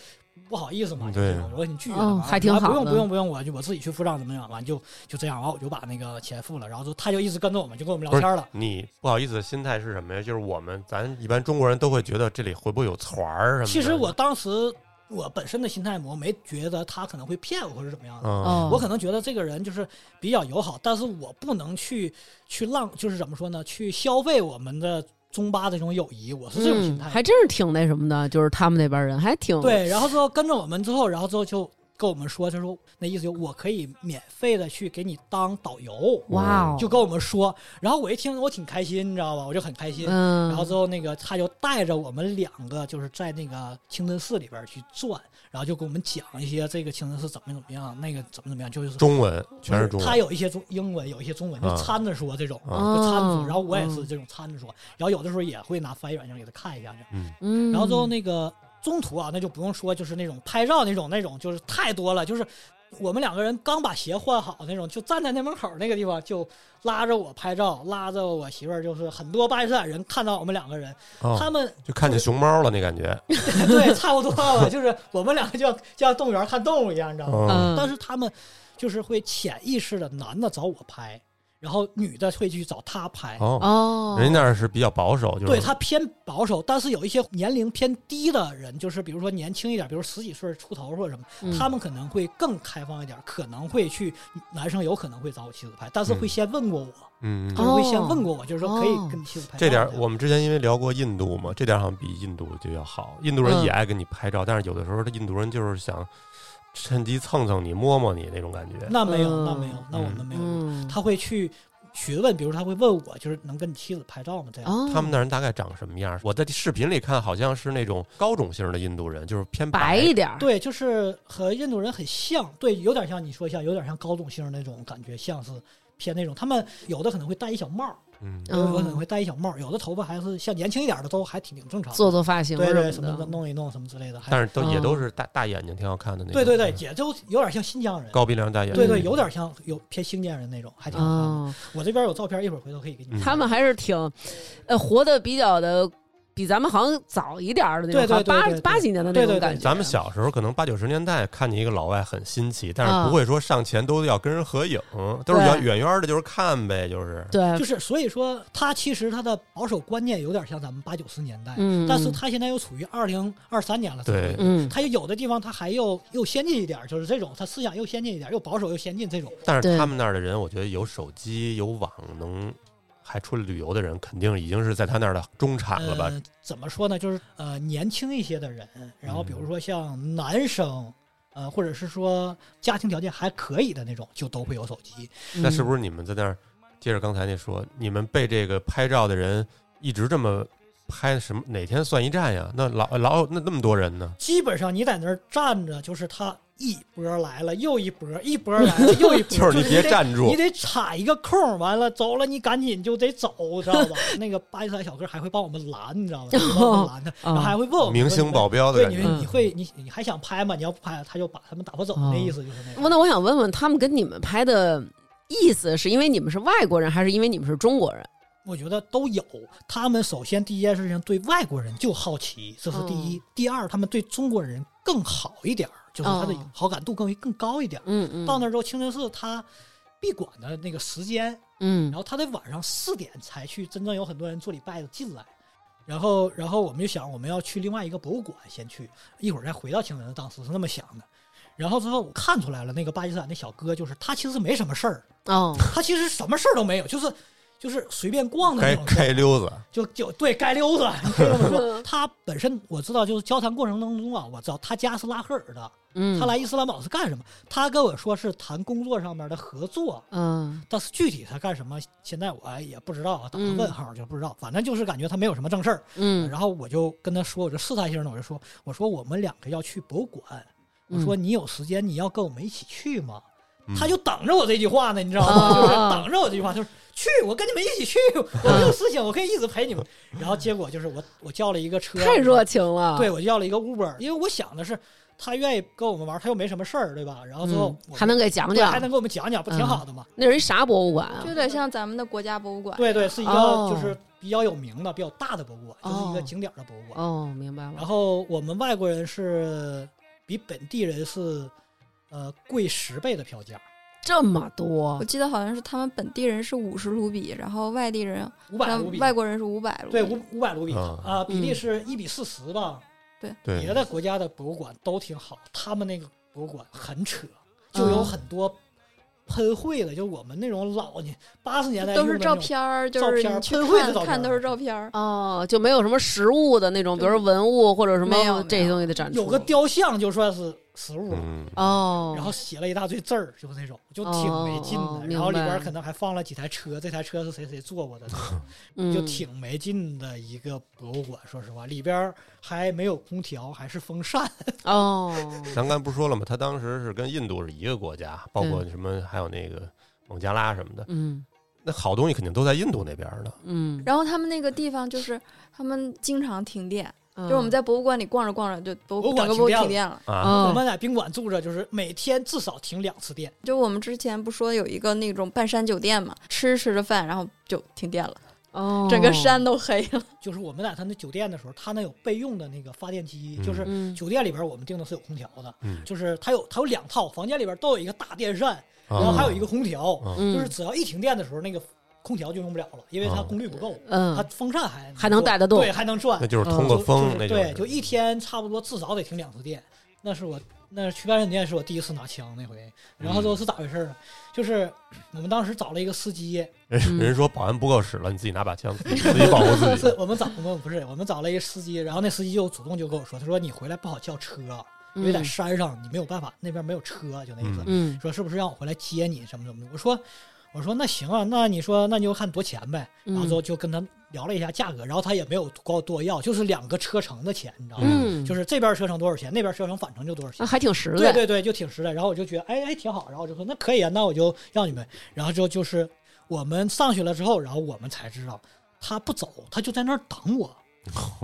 不好意思嘛，
嗯
就是
对
我说你拒绝
哦
了吧，
还挺好
啊不用
的
不用不用，我就我自己去付账怎么样？完就就这样，完我就把那个钱付了，然后就他就一直跟着我们，就跟我们聊天了。
你不好意思的心态是什么呀？就是我们咱一般中国人都会觉得这里会不会有团儿什么的。
其实我当时我本身的心态我没觉得他可能会骗我或者怎么样的，
嗯，
哦，
我可能觉得这个人就是比较友好，但是我不能去去浪，就是怎么说呢？去消费我们的中巴这种友谊，我是这种心态。
嗯，还真是挺那什么的，就是他们那边人还挺，
对，然后之后跟着我们之后，然后之后就跟我们说，他说那意思就我可以免费的去给你当导游，
哇哦，
就跟我们说。然后我一听，我挺开心，你知道吧？我就很开心。
嗯，
然后之后那个他就带着我们两个，就是在那个清真寺里边去转，然后就给我们讲一些这个清真寺怎么怎么样，那个怎么怎么样，就是
中文全是中
他
文，
有一些中英文，有一些中文，就
啊
掺着说这种，
啊
就掺着
哦
说。然后我也是这种掺着说，然后有的时候也会拿翻译软件给他看一下这样。
嗯，
嗯，
然后最后那个中途啊，那就不用说，就是那种拍照那种那种，就是太多了，就是。我们两个人刚把鞋换好那种，就站在那门口那个地方，就拉着我拍照，拉着我媳妇儿，就是很多巴基斯坦人看到我们两个人，他
哦，
们
就看见熊猫了那感觉。
对差不多吧，就是我们两个就像就像动物园看动物一样，你知道吗？
嗯，
嗯
但是他们就是会潜意识的，男的找我拍，然后女的会去找他拍。
哦，
哦，
人家那儿是比较保守，就是
对他偏保守，但是有一些年龄偏低的人，就是比如说年轻一点，比如十几岁出头或者什么，
嗯
他们可能会更开放一点，可能会去男生有可能会找我妻子拍，但是会先问过我，
嗯，
就是会先问过我，就是说可以
哦
跟你妻子拍照。
这点儿
样
我们之前因为聊过印度嘛，这点儿好像比印度就要好。印度人
嗯
也爱跟你拍照，但是有的时候印度人就是想趁机蹭蹭你、摸摸你那种感觉。
那没有，
嗯
那没有，那我们没有，
嗯，
他会去询问，比如他会问我，就是能跟你妻子拍照吗？这样。
哦
他们那人大概长什么样？我在视频里看，好像是那种高种姓的印度人，就是偏
白一点儿，
对，就是和印度人很像，对，有点像你说像，有点像高种姓那种感觉，像是偏那种。他们有的可能会戴一小帽儿，
嗯，
有的可能
嗯
会戴一小帽儿，有的头发还是像年轻一点的都还挺挺正常的，
做做发型
对对
什
什
么
么
的
的，弄一弄什么之类的，还
但是都也
嗯
都是大大眼睛，挺好看的那种。嗯
对对对，，也就有点像新疆人，
高鼻梁大眼睛。
对对，有点像有偏新疆人那种，还挺好看的。
哦，
我这边有照片，一会儿回头可以给你
嗯
们。
他们还是挺，呃，活得比较的，比咱们好像早一点儿的那种，
对
好
对
像八
对对对
八几年的那
对
种
对对
感觉。
咱们小时候可能八九十年代看见一个老外很新奇，但
嗯
是不会说上前都要跟人合影，都是
对
远远远的，就是看呗，就是。
对，
就是所以说，他其实他的保守观念有点像咱们八九十年代，
嗯
但是他现在又处于二零二三年了，
对
嗯
他有的地方他还又又先进一点儿，就是这种，他思想又先进一点儿，又保守又先进这种。
但
对
是他们那儿的人，我觉得有手机有网能还出来旅游的人，肯定已经是在他那儿的中产了吧？
呃，怎么说呢？就是呃，年轻一些的人，然后比
嗯
如说像男生，呃，或者是说家庭条件还可以的那种，就都会有手机。
那是不
嗯
是
是你们在那儿？接着刚才那说，你们被这个拍照的人一直这么拍，什么哪天算一站呀？那老老那那么多人呢？
基本上你在那儿站着，就是他一波来了又一波，一波来了又一 波，
就是你别
得
站住
你得踩一个空，完了走了，你赶紧就得走，知道吧？那个巴基斯坦小哥还会帮我们拦，你知道吧？帮我们拦他，
哦
然后还会问我们
明星保镖的
对，
感
你
觉，
们
嗯
你会你你还想拍吗？你要不拍，他就把他们打发走，
哦
那意思就是那
我
个。
那我想问问，他们跟你们拍的意思，是因为你们是外国人，还是因为你们是中国人？
我觉得都有。他们首先第一件事情对外国人就好奇，这是第一；第二，他们对中国人更好一点儿，就是他的
哦
好感度更更高一点儿。
嗯嗯，
到那儿之后，清真寺它闭馆的那个时间，
嗯
然后他得晚上四点才去，真正有很多人做礼拜的进来。然后，然后我们就想，我们要去另外一个博物馆先去，一会儿再回到清真寺。当时是那么想的。然后之后我看出来了，那个巴基斯坦那小哥就是他，其实没什么事儿，
哦，
他其实什么事儿都没有，就是就是随便逛的那
该
种事
该
儿，
溜子，
就就对该溜达。 你可以这么说，他本身我知道，就是交谈过程当中啊，我知道他家是拉合尔的，
嗯，
他来伊斯兰堡是干什么？他跟我说是谈工作上面的合作，
嗯
但是具体他干什么，现在我也不知道啊，打个问号就不知道。反正就是感觉他没有什么正事儿。
嗯
然后我就跟他说，我就试探性的我就说，我说我们两个要去博物馆，我说
嗯
你有时间你要跟我们一起去吗？
嗯
他就等着我这句话呢，你知道
哦
吗？ 就是等着我这句话，就是去，我跟你们一起去，我
啊
没有事情，我可以一直陪你们。然后结果就是我我叫了一个车，
太热情了，
对，我就要了一个 Uber，因为我想的是他愿意跟我们玩，他又没什么事儿，对吧？然后
嗯，
最后我们
还能给讲
对还
讲嗯
能，给我们讲讲，不挺好的吗？
那是一啥博物馆啊
就？有点像咱们的国家博物馆。
对对，是一
哦
个就是比较有名的、比较大的博物馆，就是一个
哦
景点儿的博物馆。
哦，明白了
然，后我们外国人是，比本地人是呃贵十倍的票价，
这么多
我，记得好像是他们本地人是五十卢比，然后外地人
五百卢
像
比，
外国人嗯是五百卢比。
对五五百卢比
啊
啊，比例是一比四十吧。
对
别的国家的博物馆都挺好，他们那个博物馆很扯，就
哦
有很多喷绘的，就我们那种老年八十年代
都
用
是
的
照
那种
片儿，就
照
是
片儿
你去
喷绘的
看
照片
看
儿嗯
都是照片儿。
哦，就没有什么实物的那种，比如说文物或者什
没有
么
没
这些
有
东西的展出。
有个雕像就算是实物了，
嗯，
哦，
然后写了一大堆字儿，就是那种就挺没劲的。
哦哦
然后里
明
边
白
可能还放了几台车，这台车是谁谁坐过 的，
嗯
就挺没劲的一个博物馆。说实话，里边还没有空调，还是风扇。
哦，
咱刚才不是说了吗？他当时是跟印度是一个国家，包括什么还有那个孟加拉什么的，
嗯
那好东西肯定都在印度那边呢。
嗯，
然后他们那个地方就是他们经常停电，
就
就是我们在博物馆里逛着逛着就博
嗯博物
物
馆
整个博物
停电
停电了。
啊，
我
嗯
们在宾馆住着，就是每天至少停两次电。
就我们之前不说有一个那种半山酒店嘛，吃吃着饭然后就停电了，
哦，
整个山都黑了。
就是我们在他那酒店的时候，他那有备用的那个发电机，
嗯
就是
嗯
酒店里边我们订的是有空调的，
嗯
就是它有它有两套，房间里边都有一个大电扇，然
然
后还有一个空调，
嗯
就是只要一停电的时候，那个空调就用不了了，因为它功率不够，它
嗯
风扇还
还能带得动
对，还能转
啊那，就是通
就
过风
嗯就，
那
是
就是
对，就一天差不多至少得停两次电。那是我那去半山店是我第一次拿枪那回，然
嗯
后之后是咋回事呢？就是我们当时找了一个司机，
人人说保安不够使了，你自己拿把枪，自己自己保护自己
是。我们找我们不是我们找了一个司机，然后那司机就主动就跟我说，他说你回来不好叫车，因为在山上你没有办法，那边没有车，就那意思。
嗯
说是不是让我回来接你什么什么的？我说我说那行啊，那你说那你就看多钱呗。
嗯
然后之后就跟他聊了一下价格，然后他也没有管我多要，就是两个车程的钱，你知道吗？
嗯，啊
就是是这边车程多少钱，那边车程返程就多少钱。
还挺实
对
在，
对对，就挺实在。然后我就觉得，哎哎，挺好。然后我就说，那可以啊，那我就让你们。然后之后就是我们上去了之后，然后我们才知道他不走，他就在那儿等我，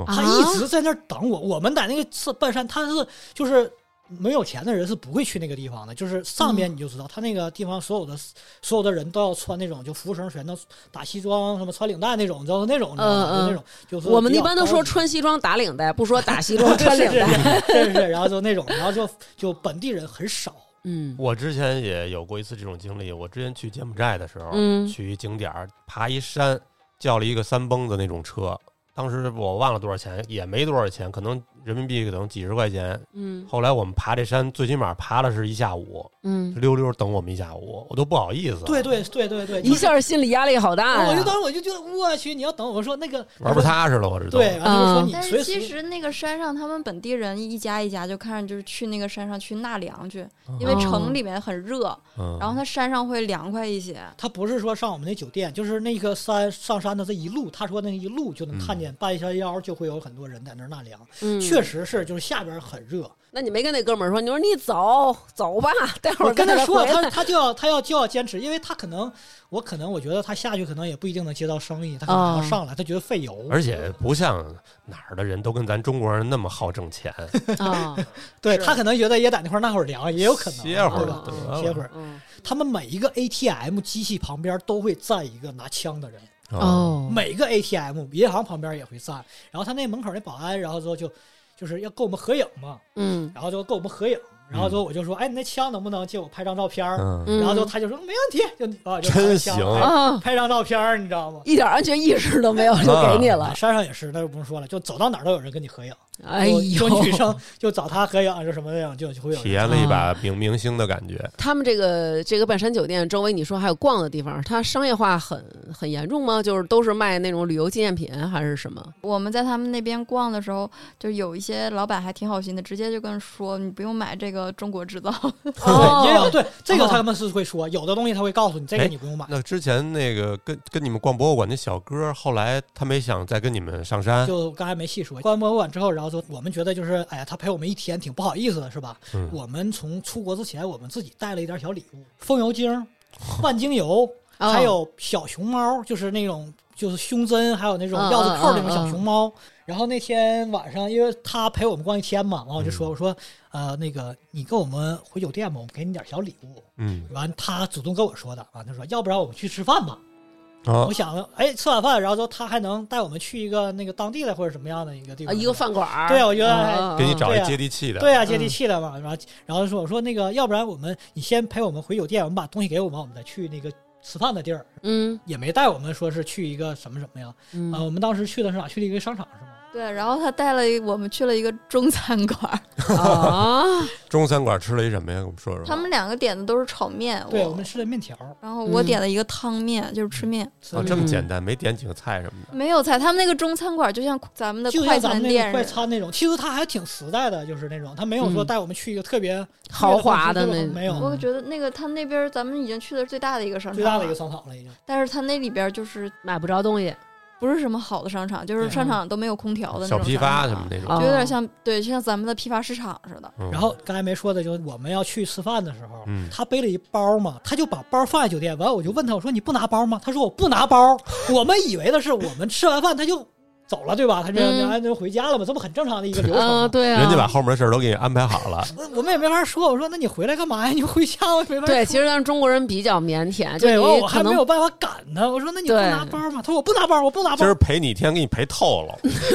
啊
他一直在那儿等我。我们在那个是半山，他是就是没有钱的人是不会去那个地方的。就是上
嗯
边你就知道，他那个地方所有的所有的人都要穿那种就服务生全都打西装，什么穿领带那种，你知道那种，你知道吗？
嗯嗯
就那种就是
我们一般都
比较
说
高级
穿西装打领带，不说打西 装穿领带。
是是是，然后就那种，然后就就本地人 很少。
嗯
我之前也有过一次这种经历，我之前去柬埔寨的时候，
嗯
去一景点儿爬一山，叫了一个三蹦子那种车，当时我忘了多少钱，也没多少钱，可能人民币可能几十块钱。
嗯
后来我们爬这山，最起码爬了是一下午，
嗯，
溜溜等我们一下午，我都不好意思。啊
对，对对对 对，
一下啊心理压力好大呀。
我就当时我就觉得我去，你要等我说那个
玩不，踏实了，我这都。
对，然后
嗯
就说
但
你随
是其
时。
实那个山上，他们本地人一家一家就看着就是去那个山上去纳凉去，因为
哦
城里面很热，
嗯，
然后它山上会凉快一些。
他不是说上我们那酒店，就是那个山上山的这一路，他说那一路就能看
嗯
见半山腰，就会有很多人在那儿纳凉。
嗯
确实是，就是下边很热。
那你没跟那哥们儿说，你说你走走吧，待会
我
儿
跟他
他
说，
回来
他他就要他要就要坚持，因为他可能我可能我觉得他下去可能也不一定能接到生意，他可能
啊
还要上来，他觉得费油。
而且不像哪儿的人都跟咱中国人那么好挣钱，
啊，
对
是
他可能觉得也在那块儿纳会儿凉，也有可能
歇会儿
对吧
得了，
歇会儿。
嗯
他们每一个 ATM 机器旁边都会站一个拿枪的人，
嗯
哦，
每个 ATM 银行旁边也会站。然后他那门口那保安，然后之后就就是要跟我们合影嘛，
嗯
然后就跟我们合影。然后之后我就说，哎，你那枪能不能借我拍张照片儿？
嗯，
嗯
然后之后他就说没问题，就啊就
真
拿着枪
行
拍
啊，
拍张照片儿，你知道吗？
一点安全意识都没有就给你
啊，
了。
山上也是，那就不用说了，就走到哪儿都有人跟你合影。
哎
就
呦，
就女生 就找他合影，就什么那样，就就会有人
体验了一把明明星的感觉，
他们这个这个半山酒店周围，你说还有逛的地方，它商业化很很严重吗？就是都是卖那种旅游纪念品还是什么？
我们在他们那边逛的时候，就有一些老板还挺好心的，直接就跟说你不用买这个中国制造，
哦
对，也有对这个他们是会说，有的东西他会告诉你，这个你不用买，
那之前那个跟跟你们逛博物馆那小哥，后来他没想再跟你们上山，
就刚才没细说。逛完博物馆之后，然后说我们觉得就是，哎呀，他陪我们一天挺不好意思的，是吧？
嗯
我们从出国之前，我们自己带了一点小礼物，风 油精、万精油，
哦
还有小熊猫，就是那种就是胸针，还有那种
嗯
钥匙扣
嗯
那种小熊猫。然后那天晚上，因为他陪我们逛一天嘛，然后我就说，
嗯
我说，呃，那个你跟我们回酒店吧，我们给你点小礼物。
嗯，
完，他主动跟我说的啊，他说要不然我们去吃饭吧。
啊
哦
我想了，哎，吃晚饭，然后之后他还能带我们去一个那个当地的或者什么样的一个地
啊，
方？
一个饭馆儿，
对我觉得
啊
给你找
对
一
啊
接地气的，
对啊，接地气的嘛。然后然后说我说那个，要不然我们你先陪我们回酒店，我们把东西给我们，我们再去那个吃饭的地儿。
嗯
也没带我们说是去一个什么什么呀？啊、
嗯，
我们当时去的是哪？去了一个商场是吗？
对，然后他带了一我们去了一个中餐馆儿，
啊，
中餐馆吃了一什么呀？跟我们说说。
他们两个点的都是炒面，哦
对，我们吃的面条，
然后我
嗯
点了一个汤面，就是吃面，
吃
啊
的
这
面
么
嗯
简单，没点几个菜什么的。
没有菜。他们那个中餐馆就像咱们的
就
快
像咱
餐
们那
店
个
似
快
的，
餐那种，其实他还挺实在的，就是那种他没有说带我们去一个特别
嗯豪华的
贵
那嗯
东西没有
我觉得那个他那边儿咱们已经去的是最大的一个商场，
最大的一个，商场了已经。
但是他那里边儿就是
买不着东西，
不是什么好的商场，就是
对
商场都没有空调的那
小
种
批
商
发
场
什么那种。
啊
就有点像对，就像咱们的批发市场似的。
嗯
然后刚才没说的就是我们要去吃饭的时候，
嗯
他背了一包嘛，他就把包放在酒店。完我就问他，我说你不拿包吗？他说我不拿包。我们以为的是我们吃完饭他就走了，对吧？他这
嗯
那就回家了嘛，这不很正常的一个流程
啊，
吗？
对啊，
人家把后面的事儿都给你安排好了，
那我们也没法说，我说那你回来干嘛呀？你回家我也没法
对，其实咱中国人比较腼腆，就
对，我
你
我
可
还没
能
有办法赶他。我说那你不
对
拿包吗？他说我不拿包，我不拿包
今。儿陪你一天，给你陪透了。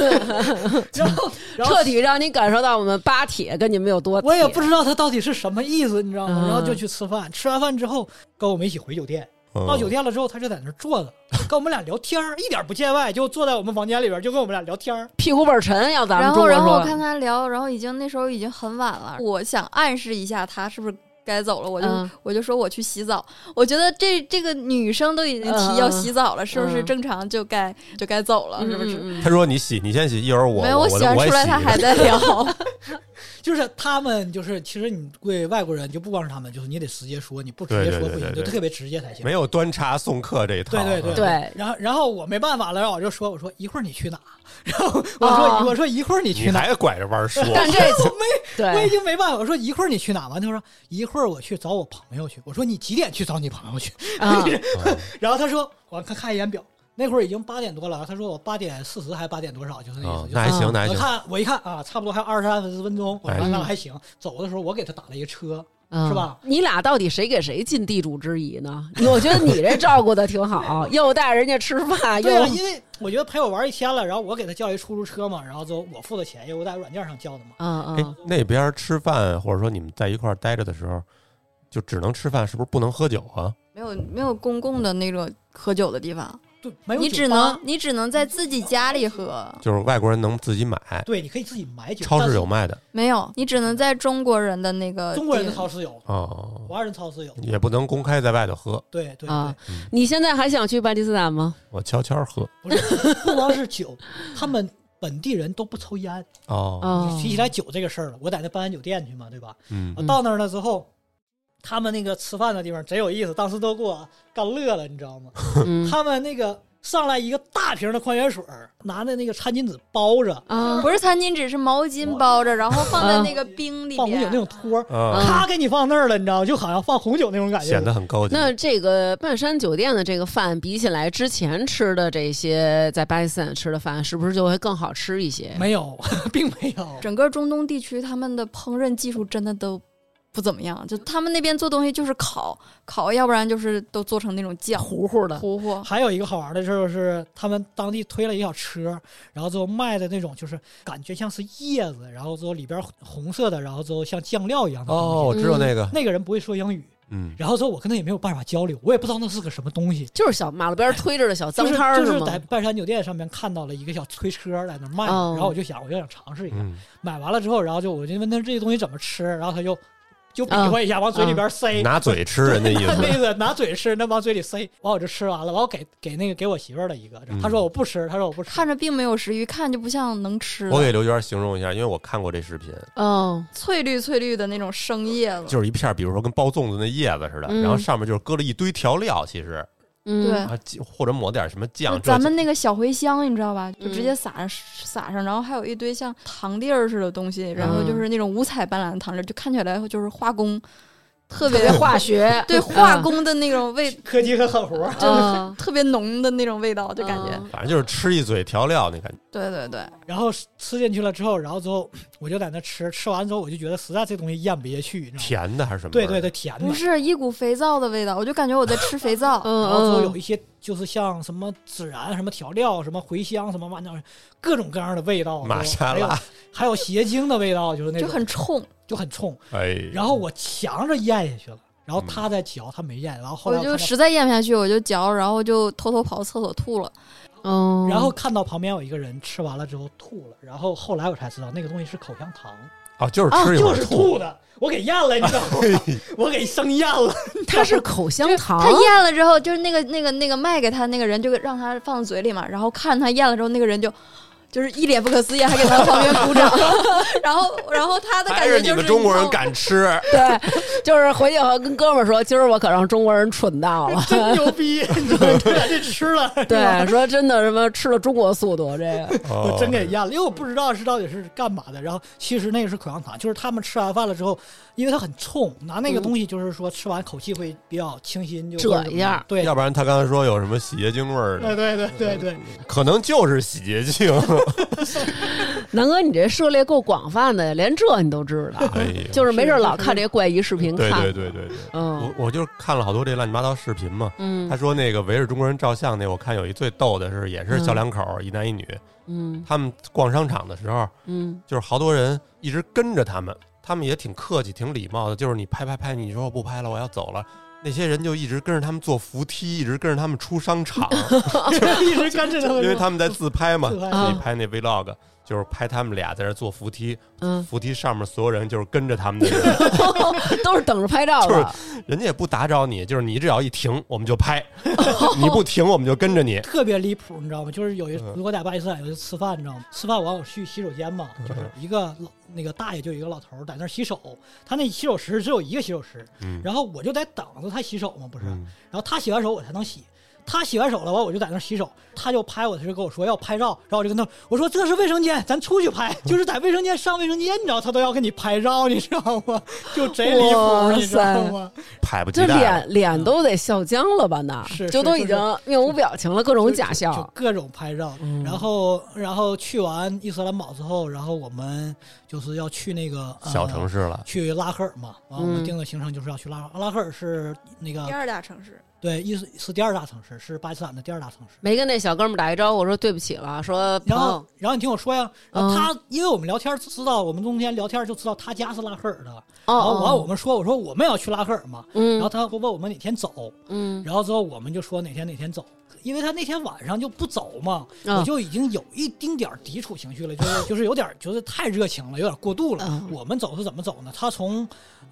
然后
嗯
然后
彻底让你感受到我们巴铁跟你们有多铁，
我也不知道他到底是什么意思，你知道吗？
嗯
然后就去吃饭，吃完饭之后跟我们一起回酒店。
嗯
到酒店了之后，他就在那儿坐着，跟我们俩聊天儿，一点不见外，就坐在我们房间里边，就跟我们俩聊天儿。
屁股本儿沉，要咱
然
们中国
后，然后我看
说，
他聊，然后已经那时候已经很晚了，我想暗示一下他是不是该走了，我就、
嗯
我就说我去洗澡。我觉得这这个女生都已经提要洗澡了，是不是
嗯
正常就该就该走了？是不是？
嗯？嗯
他说你洗，你先洗，一会儿我
没有，
我
洗完
我也
出来他还
洗。
在聊，
就是他们，就是其实你对外国人，就不光是他们，就是你得直接说，你不直
对
接
对
说
对
不行，
对
就
对
特别直接才行
没。有端茶送客这一套。
对对
嗯
对，
然后，然后我没办法了，然后我就说：“我说一会儿你 去哪？”然后我说：“
哦
我说一会儿你
你
去哪？”
还拐着弯儿说，嗯
但这
我已
对
经没办法，我说一会儿你去哪完，他说一会儿我去找我朋友去。我说你几点去找你朋友去？
啊，
然后他说我看看一眼表，那会儿已经八点多了。啊他说我八点四十还八点多少，就是那意思。
哦
就是
那还行，那还
嗯我
行。
看我一看啊，差不多还有二十三分钟，我说
哎
那还行。走的时候我给他打了一个车，
嗯
是吧
你俩到底谁给谁尽地主之谊呢？我觉得你这照顾的挺 好，又带人家吃饭，
对啊，
又
因为我觉得陪我玩一天了，然后我给他叫一出租车嘛，然后之后我付的钱，因为我在软件上叫的嘛。
哎
嗯嗯，，
那边吃饭或者说你们在一块儿待着的时候，就只能吃饭，是不是不能喝酒啊？
没有没有公共的那种喝酒的地方，
对，没有
你
哎酒
只
吧
能你只能在自己家里喝，
就是外国人能自己买，
对，你可以自己买酒，
超
但
市
是
有卖的
没有，你只能在中国人的那个
中国人的
店
超市有，
哦，
华人超市有。
也不能公开在外头喝，
对对对，
啊
嗯，
你现在还想去巴基斯坦吗？
我悄悄喝
不是，不光是酒，他们本地人都不抽烟。
哦，
哦，
提起来酒这个事儿了，我在那半安酒店去嘛，对吧？
嗯
我到那儿了之后，他们那个吃饭的地方贼有意思，当时都给我干乐了，你知道吗？
嗯
他们那个上来一个大瓶的矿泉水儿，拿的那个餐巾纸包着，
啊
嗯不是餐巾纸，是毛巾包着，然后放在那个冰里
嗯放红酒那
边。
种托儿，
啊，
他给你放那儿了，你知道吗？就好像放红酒那种感觉，
显得很高级。
那这个半山酒店的这个饭，比起来之前吃的这些在巴基斯坦吃的饭，是不是就会更好吃一些？
没有，并没有。
整个中东地区，他们的烹饪技术真的都不怎么样，就他们那边做东西就是烤烤，要不然就是都做成那种酱
糊糊的，
糊糊。
还有一个好玩的事儿就是，他们当地推了一小车，然后之后卖的那种就是感觉像是叶子，然后之后里边红色的，然后之后像酱料一样的东西
哦，我知道那个，
那个人不会说英语，
嗯，
然后之后我跟他也没有办法交流，我也不知道那是个什么东 西。
就是小马路边推着的小
就
脏
是
摊儿
就是是
吗
在？半山酒店上面看到了一个小推车在那儿卖，
哦
然后我就想我就想尝试一下，
嗯，
买完了之后，然后就我就问他这东西怎么吃，然后他就就比划一下，往嘴
嗯
里边塞，
拿嘴吃人的意
那
思，
那个拿嘴吃，那往嘴里塞，完我就吃完了，完我给给那个给我媳妇儿了一个，
嗯
她说我不吃，她说我不吃，
看着并没有食欲，看就不像能吃
我
的，
给刘娟形容一下，因为我看过这视频，
哦，
翠绿翠绿的那种生叶子，
就是一片儿，比如说跟包粽子那叶子似的，
嗯
然后上面就是搁了一堆调料，其实
嗯，
对
啊，几或者抹点什么
就
酱，这
咱们那个小茴香，你知道吧？就
嗯
直接撒上撒上，然后还有一堆像糖粒儿似的东西，然
嗯
后就是那种五彩斑斓的糖粒儿，就看起来就是化工，特
特
别
别化学，
对化工的那种味，
科技和狠活儿。
就是
嗯
特别浓的那种味道，就感觉。
嗯
反正就是吃一嘴调料那感觉。
对对对，
然后吃进去了之后，然后之后我就在那吃，吃完之后我就觉得实在这东西咽不下去，你知道吗？
甜的还是什么？
对对，对，甜的
不。是一股肥皂的味道，我就感觉我在吃肥皂。
嗯
然后之后
嗯
有一些就是像什么孜然、什么调料、什么茴香、什么玩意儿，各种各样的味道，
玛莎
还有
拉，
还有斜精的味道，就是那
就
种
很冲。
就很冲。
哎，
然后我强着咽下去了，然后他在嚼，他没咽，然后后来
我
我
就
看到
实在咽不下去，我就嚼，然后就偷偷跑到厕所吐了。
嗯，
然后看到旁边有一个人吃完了之后吐了，然后后来我才知道那个东西是口香糖，
哦，就是
啊
吃一会
就
儿
是吐的，我给咽了，你知道吗？我给生咽了，
它是口香糖，
他咽了之后，就是那个那个那个卖给他那个人，就给让他放嘴里嘛，然后看他咽了之后，那个人就。就是一脸不可思议，还给他旁边 鼓掌，然后，然后他的感
还
觉
是
就是
你们中国人敢吃，
对，就是回去和跟哥们儿说，今儿我可让中国人蠢到 了。
真牛逼！你知道吗？这这吃了，
对，说真的，什么吃了中国速度，这个
哦
我真给咽了，因为我不知道是到底是干嘛的。然后其实那个是口香糖，就是他们吃完饭了之后，因为它很冲，拿那个
嗯
东西就是说吃完口气会比较清新，就
这一下
对
要。不然他刚才说有什么洗洁精味儿的，
对对对对对，
呃
可能就是洗洁精。
南哥，你这涉猎够广泛的，连这你都知道，
哎呀，
就是没事儿老看这些怪异视频
对
看。
对对对对，
嗯
我我就是看了好多这乱七八糟视频嘛。他
嗯
说那个围着中国人照相那，我看有一最逗的是，也是
嗯
小两口儿，一男一女，
嗯
他们逛商场的时候，
嗯
就是好多人一直跟着他们，他们也挺客气、挺礼貌的。就是你拍拍拍，你说我不拍了，我要走了，那些人就一直跟着他们坐扶梯，一直跟着他们出商 场，
一直跟着他们，
因为他们在自拍嘛，
自
所
拍
以
啊
拍那 vlog 就是拍他们俩在那坐扶梯，
嗯，
扶梯上面所有人就是跟着他们的人，
都是等着拍照的。
人家也不打扰你，就是你只要一停我们就 拍，你不停我们就跟着你。
特别离谱，你知道吗？就是有一
嗯
我在巴基斯坦有一次吃饭，你知道吗？吃饭完我去洗手间嘛，
嗯
就是一个老那个大爷就有一个老头儿在那儿洗手，他那洗手池只有一个洗手池，
嗯，
然后我就在等着他洗手嘛，不是？
嗯
然后他洗完手我才能洗。他洗完手了，完我就在那儿洗手，他就拍我，他就跟我说要拍照，然后我就跟他我说这是卫生间，咱出去拍，就是在卫生间上卫生间，你知道他都要跟你拍照，你知道吗？就贼离谱，
哇
你知道
塞
吗？
迫不及
这
待了。
脸脸都得笑僵了吧？那
嗯是是
就都已经面无表情了，各种假
就
笑。
各种拍照。
嗯
然后，然后去完伊斯兰堡之后，然后我们就是要去那个、呃、
小城
市，
市了，
去拉赫尔嘛。完、我
嗯
们定的行程就是要去拉赫尔拉赫尔是那个
二大城市，
对伊斯是第二大城市，是巴基斯坦的第二大城市。
没跟那小哥们儿打一招呼，我说对不起了，说朋
然
友
后，然后你听我说呀，然
哦嗯
后他因为我们聊天知道，我们中间聊天就知道他家是拉赫尔的。
哦
然后完我
哦，
们说，我说我们也要去拉赫尔嘛。然后
嗯
他会问我们哪天走，
嗯
然后之后我们就说哪天哪天走，因为他那天晚上就不走嘛，
嗯
我就已经有一丁点儿抵触情绪了，就是 就是有点儿觉得太热情了，有点过度了。
嗯
我们走是怎么走呢？他从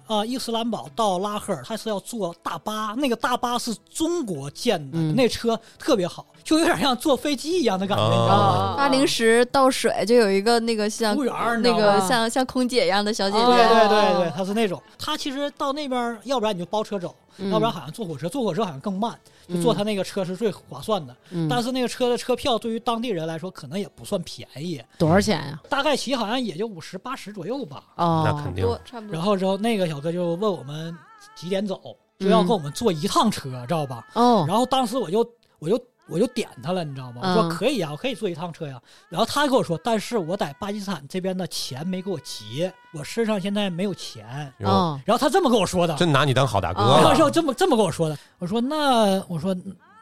呃伊斯兰堡到拉赫尔，他是要坐大巴，那个大巴是中国建的，
嗯
那车特别好，就有点像坐飞机一样
啊
的感觉，你知道吗？
哦
发零食倒水就有一个那个像
服务员儿，你知
那
道吗
个
吗
像像空姐一样的小姐姐，
哦
对对对对
哦，
他是那种，他其实到那边儿，要不然你就包车走，
嗯
要不然好像坐火车，坐火车好像更慢，就坐他那个车是最划算的。
嗯
但是那个车的车票对于当地人来说可能也不算便宜，
多少钱呀？
大概其好像也就五十八十左右吧。
哦，
那肯定
多差不
然
多。
后之后那个小哥就问我们几点走，就要跟我们坐一趟车，知道吧？
嗯哦，
然后当时我就我就我就点他了，你知道吗？我
嗯
说可以啊呀、我可以坐一趟车呀、然后他跟我说，但是我在巴基斯坦这边的钱没给我结，我身上现在没有钱。
哟
哦，
然后他这么跟我说的，
真拿你当好大哥
然
了
后。就这么这么跟我说的。我说那我说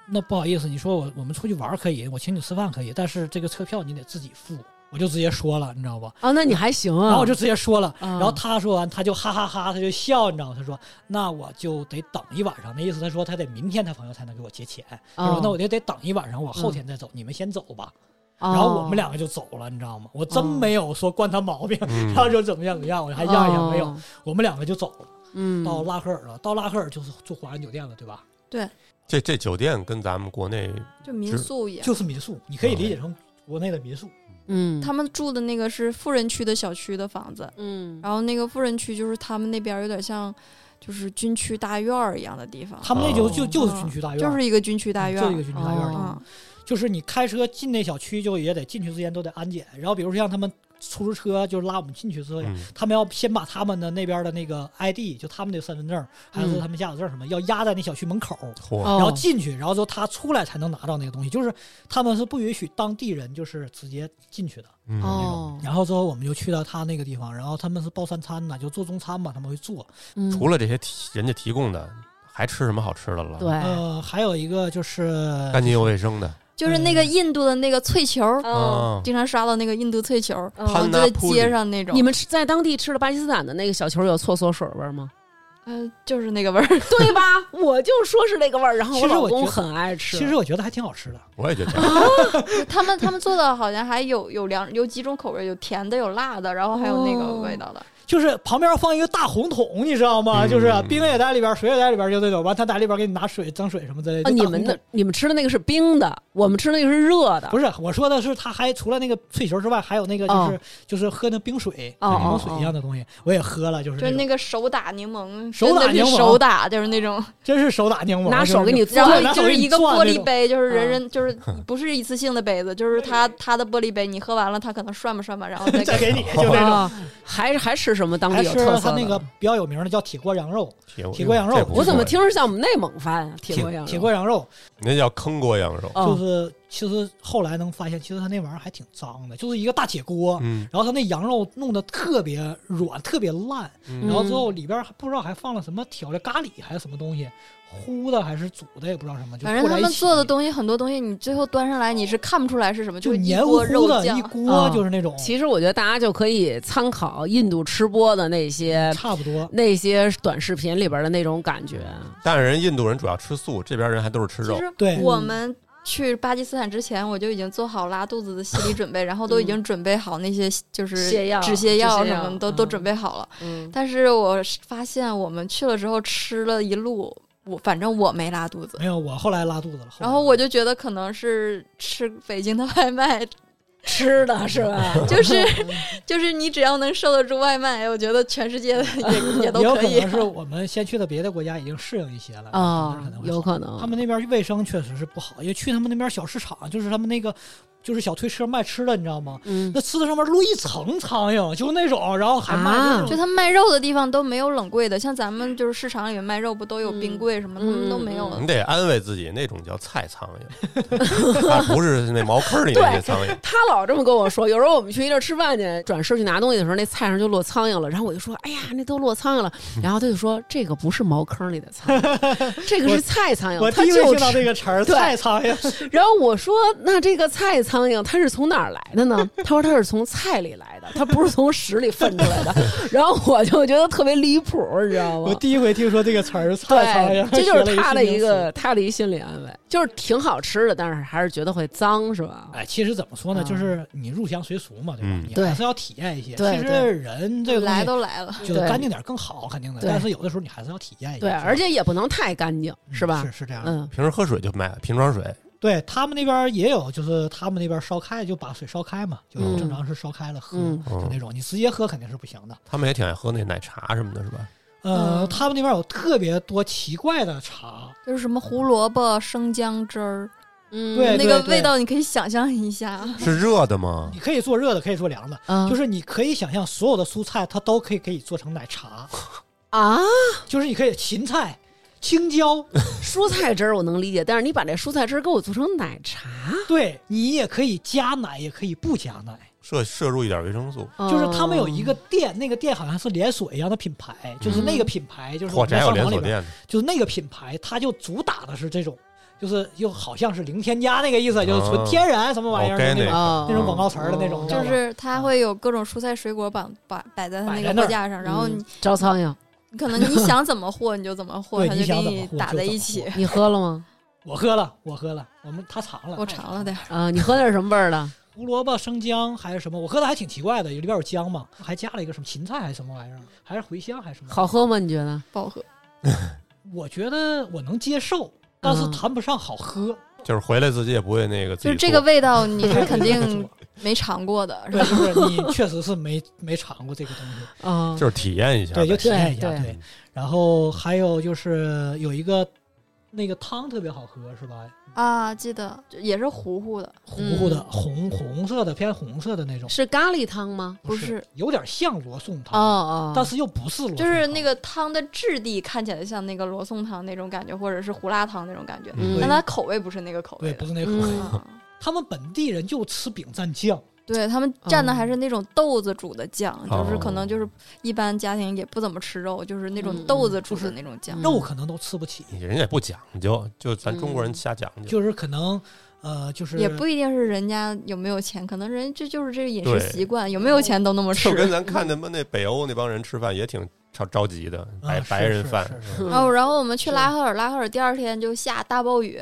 那不好意思，你说我我们出去玩可以，我请你吃饭可以，但是这个车票你得自己付。我就直接说了，你知道吧？
啊，那你还行啊。
然后我就直接说了，
啊，
然
然
后他说完他就哈哈哈他就笑，你知道吗？他说那我就得等一晚上，那意思他说他得明天他朋友才能给我结钱。他说那我就得等一晚上，我后天再走，你们先走吧。
嗯
然后我们两个就走了，你知道吗？我真没有说惯他毛病，
嗯
然后就怎么样怎么样，我还让一下没有，，我们两个就走了。
哦嗯，
到拉赫尔了，到拉赫尔就是住华人酒店了，对吧？
这这酒店跟咱们国内
就民宿一样，
就是民宿，你可以理解成国内的民宿。
哦
嗯，
他们住的那个是富人区的小区的房子，
嗯
然后那个富人区就是他们那边有点像，就是军区大院儿一样的地方，
他们那就
哦
就就是军区大院，啊
就是一个军区大院
就是一
儿
个。军区大院
哦
儿。
嗯，
就是你开车进那小区，就也得进去之前都得安检。然后比如像他们出租车就拉我们进去之后，
嗯
哦
他们要先把他们的那边的那个 ID，就他们的身份证还
嗯
有他们驾驶证什么，要压在那小区门口。
嚯，
哦
然后进去，然后之后他出来才能拿到那个东西，就是他们是不允许当地人就是直接进去的。
嗯
哦，
然后之后我们就去到他那个地
嗯
方，然后他们是包三餐的，就做中餐嘛，他们会做。
除了这些提人家提供的，还吃什么好吃的了？
对，
呃，还有一个就是
干净又卫生的。
就是那个
嗯
印度的那个脆球，
嗯，
啊，
经常刷到那个印度脆球，
嗯
然后
潘
就
达
在
普
街上那种。
你们吃在当地吃了巴基斯坦的那个小球有搓搓水味儿吗？
呃，就是那个味 儿，
对吧？我就说是那个味儿，然后
其实
老
我
公
觉得
很爱吃。
其实我觉得还挺好吃的。
我也觉得
他们他们做的好像还有有两有几种口味，有甜的，有辣的，然后还有那个
哦
味道的。
就是旁边放一个大红桶，你知道吗？
嗯
就是啊冰也在里边，水也在里边，就那种。完，他在里边给你拿水、脏水什么之类
啊，
的。
你
就大
们
红桶
的啊你们吃的那个是冰的，我们吃的那个是热的。
不是我说的是，他还除了那个脆球之外，还有那个就是、
哦
就是喝那冰水、
哦
柠檬
哦
水一
哦
样的东西，哎我也喝了，就是
就是
那
那
种
个手打柠檬，
手
真
打
的是
柠檬
手打，就是那 种，
真是手打柠檬，
拿
就是
手给你
然
对
后
拿
就
手
是
给你
一个
攥
玻
那
璃
种
杯，就是人
嗯
人就是 不是一次性的杯子，就是他他的玻璃杯，你喝完了，他可能涮吧涮吧， 然后再
再
给
给 你，就那种。
啊，还还吃什么当
还
地有
吃
特
他
色
那
的
个？比较有名的叫铁锅羊肉，
铁
铁锅羊肉
我怎么听着像我们内蒙饭啊？铁
铁
锅羊肉。
铁锅羊肉
那叫坑锅羊肉？
就
哦
是其实后来能发现，其实他那玩意儿还挺脏的，就是一个大铁锅，
嗯，
然后他那羊肉弄得特别软，特别烂，
嗯
然后之后里边还不知道还放了什么调料，咖喱还是什么东西，糊的还是煮的也不知道什么，就
反正
和在
他
一
们
起
做的东西很多东西，你最后端上来你是看不出来是什么，
就是
一
黏糊
锅肉
糊的
酱 啊
一。锅，就是那种
其实我觉得大家就可以参考印度吃播的那些
差不多。
那些短视频里边的那种感觉。
但是人印度人主要吃素，这边人还都是吃
其
肉。
实
对嗯
我们去巴基斯坦之前，我就已经做好拉肚子 的心理准备，然后都已经准备好那些就是
嗯泻药
止泻药
止泻
什
药
么的都
嗯
都准备好了。
嗯，
但是我是发现我们去了之后吃了一路，我反正我没拉肚子，
没有，我后来拉肚子了。
然后我就觉得可能是吃北京的外卖，
吃的是吧？
就是就是你只要能受得住外卖，我觉得全世界的
嗯
也也
来也
都
有可
以
能。是我们先去的别的国家已经适应一些了
啊
可能，会
有
好
可能。
他们那边卫生确实是不好，因为去他们那边小市场，就是他们那个就是小推车卖吃的，你知道吗？
嗯
那吃的上面露一层苍蝇，就那种，然后还卖
啊
那
就
种
他们卖肉的地方都没有冷柜的，像咱们就是市场里面卖肉不都有冰柜什么
嗯
的，他们都没有
你得安慰自己，那种叫菜苍蝇，啊不是那茅坑里那些苍蝇。
他老这么跟我说，有时候我们去一地儿吃饭去，转身去拿东西的时候，那菜上就落苍蝇了。然后我就说：“哎呀，那都落苍 蝇了。”然后他就说：“这个不是茅坑里的苍 蝇，这个是菜苍蝇。”
我第
他
一次
就
听到这
吃。
个词儿“
对
菜苍蝇
然后我说：“那这个菜苍蝇它是从哪儿来的 呢？”他说：“它是从菜里来的，它不是从屎里粪出来 的。”然后我就觉得特别离谱，你知”，道
我
吗？
第一回听说这个词儿“菜苍
对
蝇”，，
这就是他的
的
一个他的一心理安慰，就是挺好吃的，但是还是觉得会脏，是吧？
哎，其实怎么说呢，
啊
就是你入乡随俗嘛，对吧
嗯？
你
对
还是要体验一些。
对
其实
对
人这个东
来
西
都来了，
就是
对
干净点更好，肯定的。
对
但是有的时候你还是要体验一下，
对，
是吧
而且也不能太干净，
嗯
是吧？
是是这样的。
嗯，
平时喝水就买瓶装水，
对他们那边也有，就是他们那边烧开就把水烧开嘛，就正常是烧开了喝，
嗯
就那种你直接喝肯定是不行的。
他们也挺爱喝那奶茶什么的，是吧？
呃，
嗯
他们那边有特别多奇怪的茶，
就是什么胡萝卜生姜汁儿，
嗯
对
那个味道你可以想象一下。啊
是热的吗
你？可以做热的，可以做凉的，
嗯
就是你可以想象所有的蔬菜它都可以可以做成奶茶，
啊，
就是你可以芹菜、青椒，
蔬菜汁儿我能理解，但是你把这蔬菜汁儿给我做成奶茶，
对你也可以加奶，也可以不加奶。
摄摄入一点维生素，
哦
就是他们有
哦
一个店，那个店好像是连锁一样的品牌，就是那个品牌就是我
嚯，嗯
们
咱有
商
连
场里
锁
边
店的，
就是那个品牌，它就主打的是这种，就是又好像是零添加那个意思，
哦
就是纯天然什么玩意儿的那
Organic
种
哦
那种广告词儿的那种，
哦
你知道
就
吧
是它会有各种蔬菜水果摆摆摆在它
摆
那个
在那儿
货架上，然后你
嗯招苍蝇，
你可能你想怎么和你就怎么和，
对
它
你
就给
想怎么
你
和
打
就
在
怎
一
么
起
和。
你喝了吗？
我喝了，我喝了，我们他尝了，
我
他
尝了点儿，
啊，你喝的是什么味儿的？
胡萝卜生姜还是什么，我喝的还挺奇怪的，里边有姜嘛，还加了一个什么芹菜还是什么玩意儿，还是茴香还是什么，
好喝吗？你觉得？
不好喝。
我觉得我能接受，但是
嗯
谈不上好喝，
就是回来自己也不会那个自己做。
就是这个味道，你是嗯肯
对
定没尝过的。是
对，
吧
就是你确实是没没尝过这个东西，
啊，
就是体验一下呗，
对，就体验一下，
对
对。然后还有就是有一个那个汤特别好喝，是吧？
啊，记得就也是糊糊的，
糊糊的、
嗯
红红色的，偏红色的那种，
是咖喱汤吗？
不
是
是，
有点像罗宋
哦
汤，
哦，
但是又不是罗宋汤，
就是那个汤的质地看起来像那个罗宋汤那种感觉，或者是胡辣汤那种感觉，
嗯
对
但它口味不是那个口
对，
味
不
的。
是那个口味。
嗯
啊
他们本地人就吃饼蘸酱，
对他们蘸的还是那种豆子煮的酱，
哦
就是可能就是一般家庭也不怎么吃肉，就是那种豆子煮的那种酱。
嗯
肉可能都吃不起，
人家也不讲究，就咱中
嗯
国人瞎讲究。
就是可能呃，就是
也不一定是人家有没有钱，可能人这就是这个饮食
对
习惯，有没有钱都那么吃
就。跟咱看他妈那北欧那帮人吃饭也挺着着急的，
啊
白
是
白人
是
饭
是是
嗯
然后，然后我们去
是
拉赫尔，拉赫尔第二天就下大暴雨，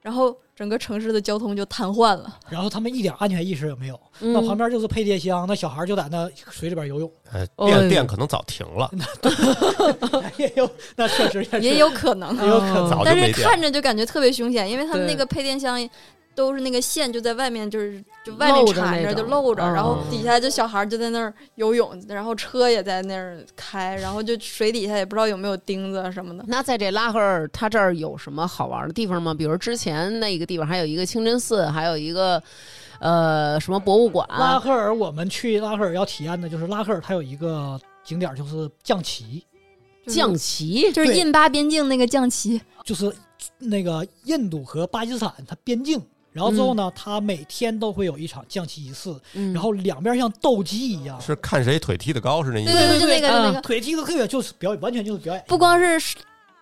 然后整个城市的交通就瘫痪 了。
然后他们一点安全意识也没有。
嗯
那旁边就是配电箱，那小孩就在那水里边 游泳，
呃，
哦
店店可能早停了，
也有那确实也是
也有可能，
哦
也有可能
早就
但
没
是
电
看着就感觉特别凶险，因为他们
对
那个配电箱都是那个线就在外面，就是就外面
露着
缠
那
着就
种
露着，
嗯
然后底下就小孩就在那儿游泳，然后车也在那儿开，然后就水底下也不知道有没有钉子什么的。
那在这拉赫尔，它这儿有什么好玩的地方吗？比如之前那个地方还有一个清真寺，还有一个呃什么博物馆。
啊
拉赫尔，我们去拉赫尔要体验的就是拉赫尔，它有一个景点就是降旗，
就是
降旗，
就是
对
印巴边境那个降旗，
就是那个印度和巴基斯坦它边境。然后之后
嗯
呢，它每天都会有一场降旗仪式，
嗯
然后两边像斗鸡一样，
是看谁腿踢得高是那意
对
思吗。
对，就那个就那个，
腿踢得特别就是表演，完全就是表演。
不光是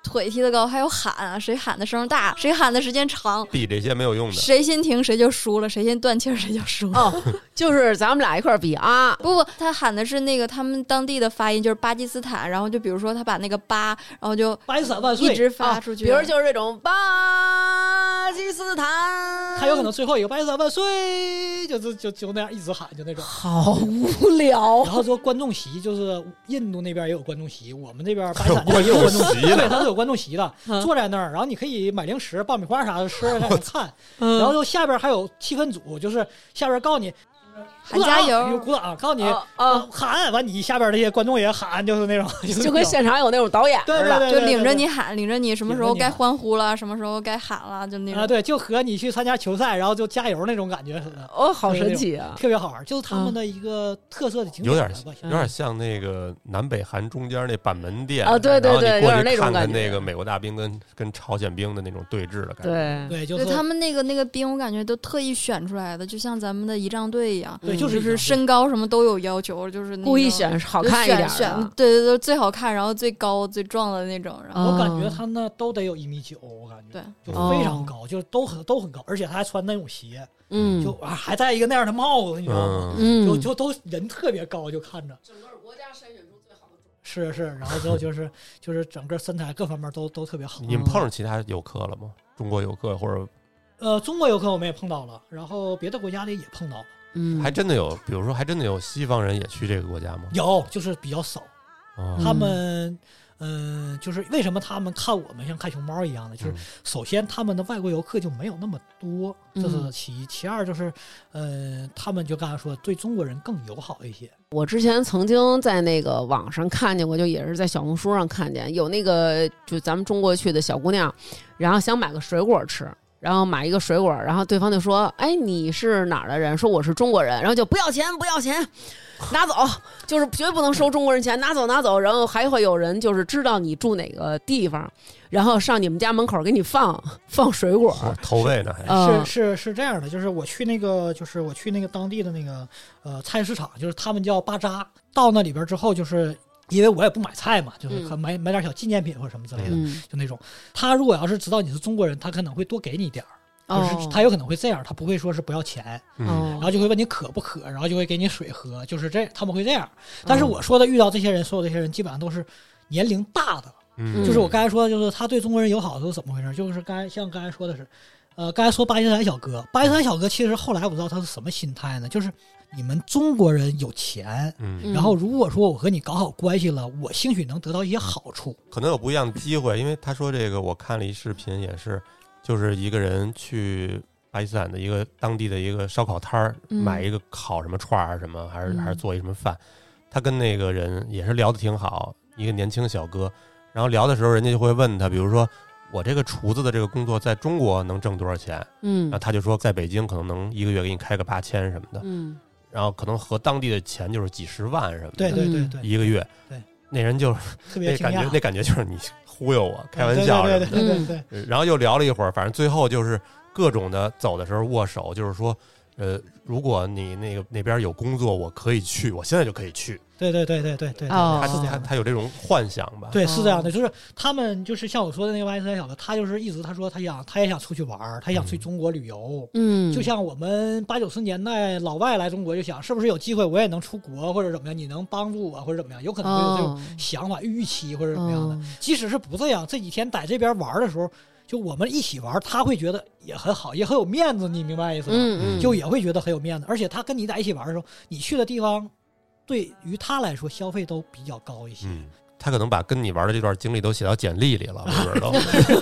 腿踢得高，还有喊啊，谁喊的声大，谁喊的时间长，
比这些没有用的。
谁先停谁就输了，谁先断气儿谁就输了。
哦，就是咱们俩一块儿比啊，
不不，他喊的是那个他们当地的发音，就是巴基斯坦。然后就比如说他把那个巴，然后就
巴基斯坦万岁
一！直发
啊
出去。
比如就是这种巴基斯坦，
他有可能最后一个巴基斯坦万岁，就是就就那样一直喊，就那种。
好无聊
然。后说观众席就是印度那边也有观众席，我们这边巴基斯 坦
还有
也有
观
观众
众席呢
对，它是有观众席的
嗯，
坐在那儿，然后你可以买零食、爆米花啥的吃，在那 看。
嗯
然后就下边还有气氛组，就是下边告诉你
喊
哎
加
鼓掌有
油，哦
鼓掌，告诉你
啊
呃
啊，
喊完，你下边那些观众也喊，就是那种， 是
就跟
那种
现场有那种导演
对
似
对
的。
对，
就
对
领着你。喊，领着你什么时候
领着
该
你喊
欢呼了，什么时候该喊了，就那
对
种。
啊，对，就和你去参加球赛，然后就加油那种感觉似的，
哦，好神奇啊！
特别好玩，就是他
嗯
们的一个特色的景
有
点
点
吧。
有
嗯
点像那个南北韩中间那板门店
啊对对对
然后
有点
你过
那
去
种
看
感
看
觉
那个美国大兵跟跟朝鲜兵的那种对峙的感觉。
对，
对，就
对
是
他们那个那个兵，我感觉都特意选出来的，就像咱们的仪仗队一样，
嗯
对，就是
就
一
是
种
身高什么都有要求，就是那
故意
种
选好
就
看一
选
点
选
的。啊
对对对，最好看，然后最高最壮的那种，然
嗯
后
我感觉他那都得有一米九，我感觉
哦对
就非常高，就是都很都很高，而且他还穿那种鞋，
嗯，
就啊还戴一个那样的帽子，你知道吗？
嗯，
嗯，
就就都人特别高，就看着。是是，然后之后就是就是整个身材各方面都都特别好。
你们碰上其他游客了吗？中国游客或者
呃，中国游客我们也碰到了，然后别的国家的也碰到了，
嗯
还真的有，比如说还真的有西方人也去这个国家吗？
有就是比较少。
哦
他们，嗯、就是为什么他们看我们像看熊猫一样的，就是
嗯
首先他们的外国游客就没有那么多，这是
嗯
其一。其二就是，呃，他们就刚才说对中国人更友好一些。
我之前曾经在那个网上看见过，就也是在小红书上看见有那个就咱们中国去的小姑娘，然后想买个水果吃，然后买一个水果，然后对方就说：“哎，你是哪儿的人？”说我是中国人，然后就不要钱，不要钱，拿走，就是绝对不能收中国人钱，拿走拿走。然后还会有人就是知道你住哪个地方，然后上你们家门口给你放放水果，
哦投喂呢还
嗯
是是是这样的，就是我去那个，就是我去那个当地的那个呃菜市场，就是他们叫巴扎。到那里边之后，就是因为我也不买菜嘛，就是可
嗯
买买点小纪念品或者什么之类的，
嗯，
就那种。他如果要是知道你是中国人，他可能会多给你一点儿。就是
哦
他有可能会这样，他不会说是不要钱，
嗯，
然
哦，
后就会问你渴不渴，然后就会给你水喝，就是这他们会这样。但是
嗯
我说的遇到这些人，所有这些人基本上都是年龄大的，
嗯
就是我刚才说的，就是他对中国人友好都是怎么回事？就是刚才像刚才说的是，呃，刚才说巴基斯坦小哥，巴基斯坦小哥其实后来我知道他是什么心态呢，就是你们中国人有钱。
嗯，
嗯
然后，如果说我和你搞好关系了，我兴许能得到一些好处。
可能有不一样的机会，因为他说这个，我看了一视频，也是，就是一个人去巴基斯坦的一个当地的一个烧烤摊儿，
嗯
买一个烤什么串儿啊什么，还是
嗯
还是做一什么饭，他跟那个人也是聊得挺好，一个年轻小哥，然后聊的时候，人家就会问他，比如说。我这个厨子的这个工作在中国能挣多少钱？
嗯
然后他就说，在北京可能能一个月给你开个八千什么的，
嗯，
然后可能和当地的钱就是几十万什么的，
对对对
嗯
对，
一个月。
对，
那人就是
特别
那
惊
感觉，
讶
那。感觉就是你忽悠 我，开玩笑
对
什
对
么
对对对对，
的。然后又聊了一会儿，反正最后就是各种的走的时候握手，就是说呃，如果你那个那边有工作，我可以去，我现在就可以去。
对对对对对对对
哦
他
是这
他
样的。
他有这种幻想吧？
对，是这样的，就是他们就是像我说的那个 Y 三小子，他就是一直他说他想他也想出去玩儿，他也想去中国旅游，
嗯，
就像我们八九十年代老外来中国就想是不是有机会我也能出国或者怎么样，你能帮助我或者怎么样，有可能会有这种
哦
想法预期或者怎么样的。
嗯
哦
即使是不这样，这几天在这边玩的时候，就我们一起玩，他会觉得也很好，也很有面子，你明白意思吗？
嗯嗯，
就也会觉得很有面子。而且他跟你在一起玩的时候，你去的地方，对于他来说消费都比较高一些。
嗯，他可能把跟你玩的这段经历都写到简历里了，我知道。
哎